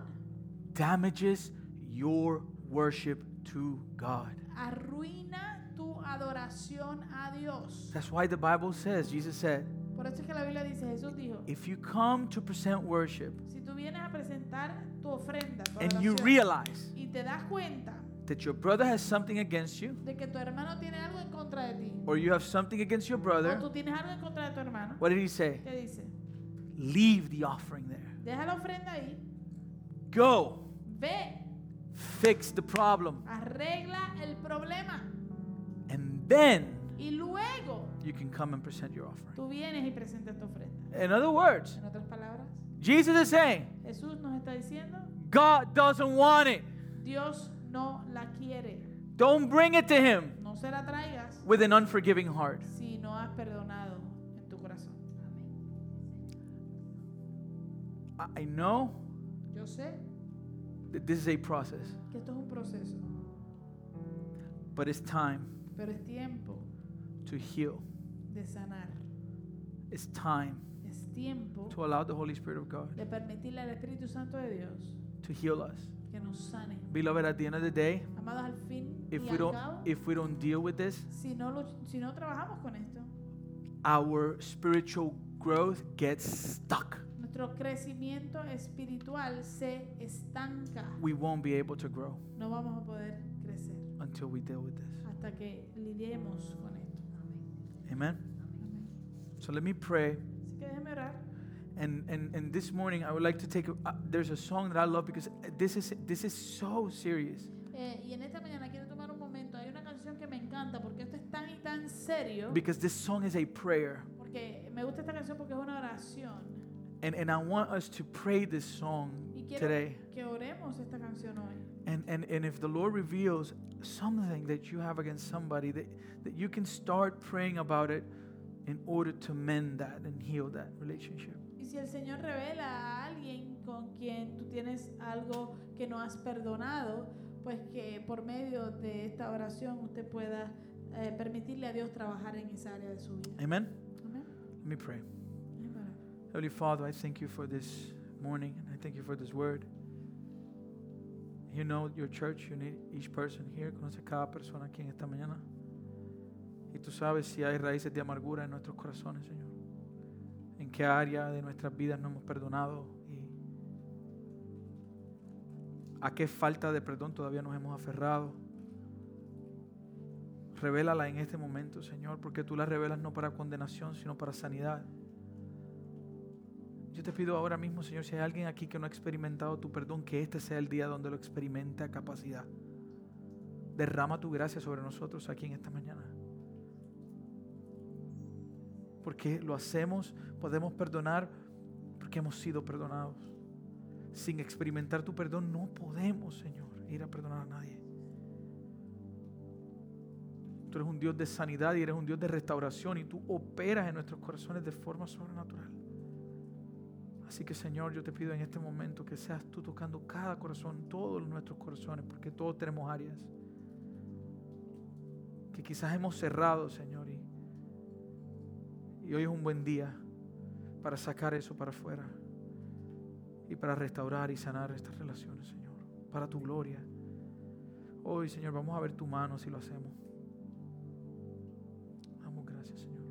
Speaker 2: damages your worship to God.
Speaker 1: arruina tu adoración a Dios.
Speaker 2: That's why the Bible says, Jesus said,
Speaker 1: Por eso es que la Biblia dice, Jesús dijo,
Speaker 2: if you come to present worship
Speaker 1: si tú vienes a presentar tu ofrenda, tu
Speaker 2: and you
Speaker 1: adoración,
Speaker 2: realize
Speaker 1: y te das cuenta
Speaker 2: that your brother has something against you,
Speaker 1: de que tu hermano tiene algo en contra de ti,
Speaker 2: or you have something against your
Speaker 1: o
Speaker 2: brother,
Speaker 1: tú tienes algo en contra de tu hermano,
Speaker 2: what did he say?
Speaker 1: ¿qué dice?
Speaker 2: Leave the offering there.
Speaker 1: Deja la ofrenda ahí,
Speaker 2: Go,
Speaker 1: ve,
Speaker 2: fix the problem,
Speaker 1: arregla el problema
Speaker 2: and then
Speaker 1: y luego
Speaker 2: you can come and present your offering.
Speaker 1: tú vienes y presentas tu ofrenda.
Speaker 2: In other words,
Speaker 1: En otras palabras,
Speaker 2: Jesus is saying,
Speaker 1: Jesús nos está diciendo,
Speaker 2: God doesn't want it.
Speaker 1: Dios no la quiere,
Speaker 2: Don't bring it to him
Speaker 1: no se la traigas
Speaker 2: with an unforgiving heart.
Speaker 1: si no has perdonado en tu corazón.
Speaker 2: I- I know
Speaker 1: Yo sé
Speaker 2: that this is a process,
Speaker 1: que esto es un proceso,
Speaker 2: but it's time
Speaker 1: pero es tiempo
Speaker 2: to heal.
Speaker 1: de sanar,
Speaker 2: It's time
Speaker 1: es tiempo
Speaker 2: to allow the Holy Spirit of God
Speaker 1: de permitirle al Espíritu Santo de Dios
Speaker 2: to heal us.
Speaker 1: que nos sane.
Speaker 2: Beloved, at the end of the day,
Speaker 1: Amados, al fin
Speaker 2: if
Speaker 1: y
Speaker 2: we
Speaker 1: al
Speaker 2: don't
Speaker 1: cabo,
Speaker 2: if we don't deal with this,
Speaker 1: si no, luch- si no trabajamos con esto,
Speaker 2: our spiritual growth gets stuck.
Speaker 1: nuestro crecimiento espiritual se estanca.
Speaker 2: We won't be able to grow
Speaker 1: No vamos a poder crecer
Speaker 2: until we deal with this.
Speaker 1: hasta que lidiemos con esto. Amén.
Speaker 2: Amen. So let me pray.
Speaker 1: Así que déjeme orar.
Speaker 2: And, and, and this morning I would like to take a, uh, there's a song that I love because this is this is so serious.
Speaker 1: Eh, y en esta mañana quiero tomar un momento. Hay una canción que me encanta porque esto es tan y tan serio.
Speaker 2: Because this song is a prayer.
Speaker 1: Porque me gusta esta canción porque es una oración.
Speaker 2: And, and I want us to pray this song
Speaker 1: Y quiero
Speaker 2: today.
Speaker 1: que oremos esta canción hoy.
Speaker 2: And, and, and if the Lord reveals something that you have against somebody, that, that you can start praying about it in order to mend that and heal that relationship.
Speaker 1: Y si el Señor revela a alguien con quien tú tienes algo que no has perdonado, pues que por medio de esta oración usted pueda eh, permitirle a Dios trabajar en esa área de su vida.
Speaker 2: Amen?
Speaker 1: Amén.
Speaker 2: Let me pray.
Speaker 1: Déjeme orar.
Speaker 2: Holy Father, I thank you for this morning and I thank you for this word. You know your church, you need each person here. Conoce cada persona aquí en esta mañana. Y tú sabes si hay raíces de amargura en nuestros corazones, Señor. En qué área de nuestras vidas no hemos perdonado y a qué falta de perdón todavía nos hemos aferrado. Revélala en este momento, Señor, porque tú la revelas no para condenación, sino para sanidad. Yo te pido ahora mismo, Señor, si hay alguien aquí que no ha experimentado tu perdón, que este sea el día donde lo experimente a capacidad. Derrama tu gracia sobre nosotros aquí en esta mañana. Porque lo hacemos, podemos perdonar porque hemos sido perdonados. Sin experimentar tu perdón no podemos, Señor, ir a perdonar a nadie. Tú eres un Dios de sanidad y eres un Dios de restauración y tú operas en nuestros corazones de forma sobrenatural. Así que Señor, yo te pido en este momento que seas tú tocando cada corazón, todos nuestros corazones, porque todos tenemos áreas que quizás hemos cerrado, Señor, y, y hoy es un buen día para sacar eso para afuera y para restaurar y sanar estas relaciones, Señor, para tu gloria. Hoy, Señor, vamos a ver tu mano si lo hacemos. Damos gracias, Señor.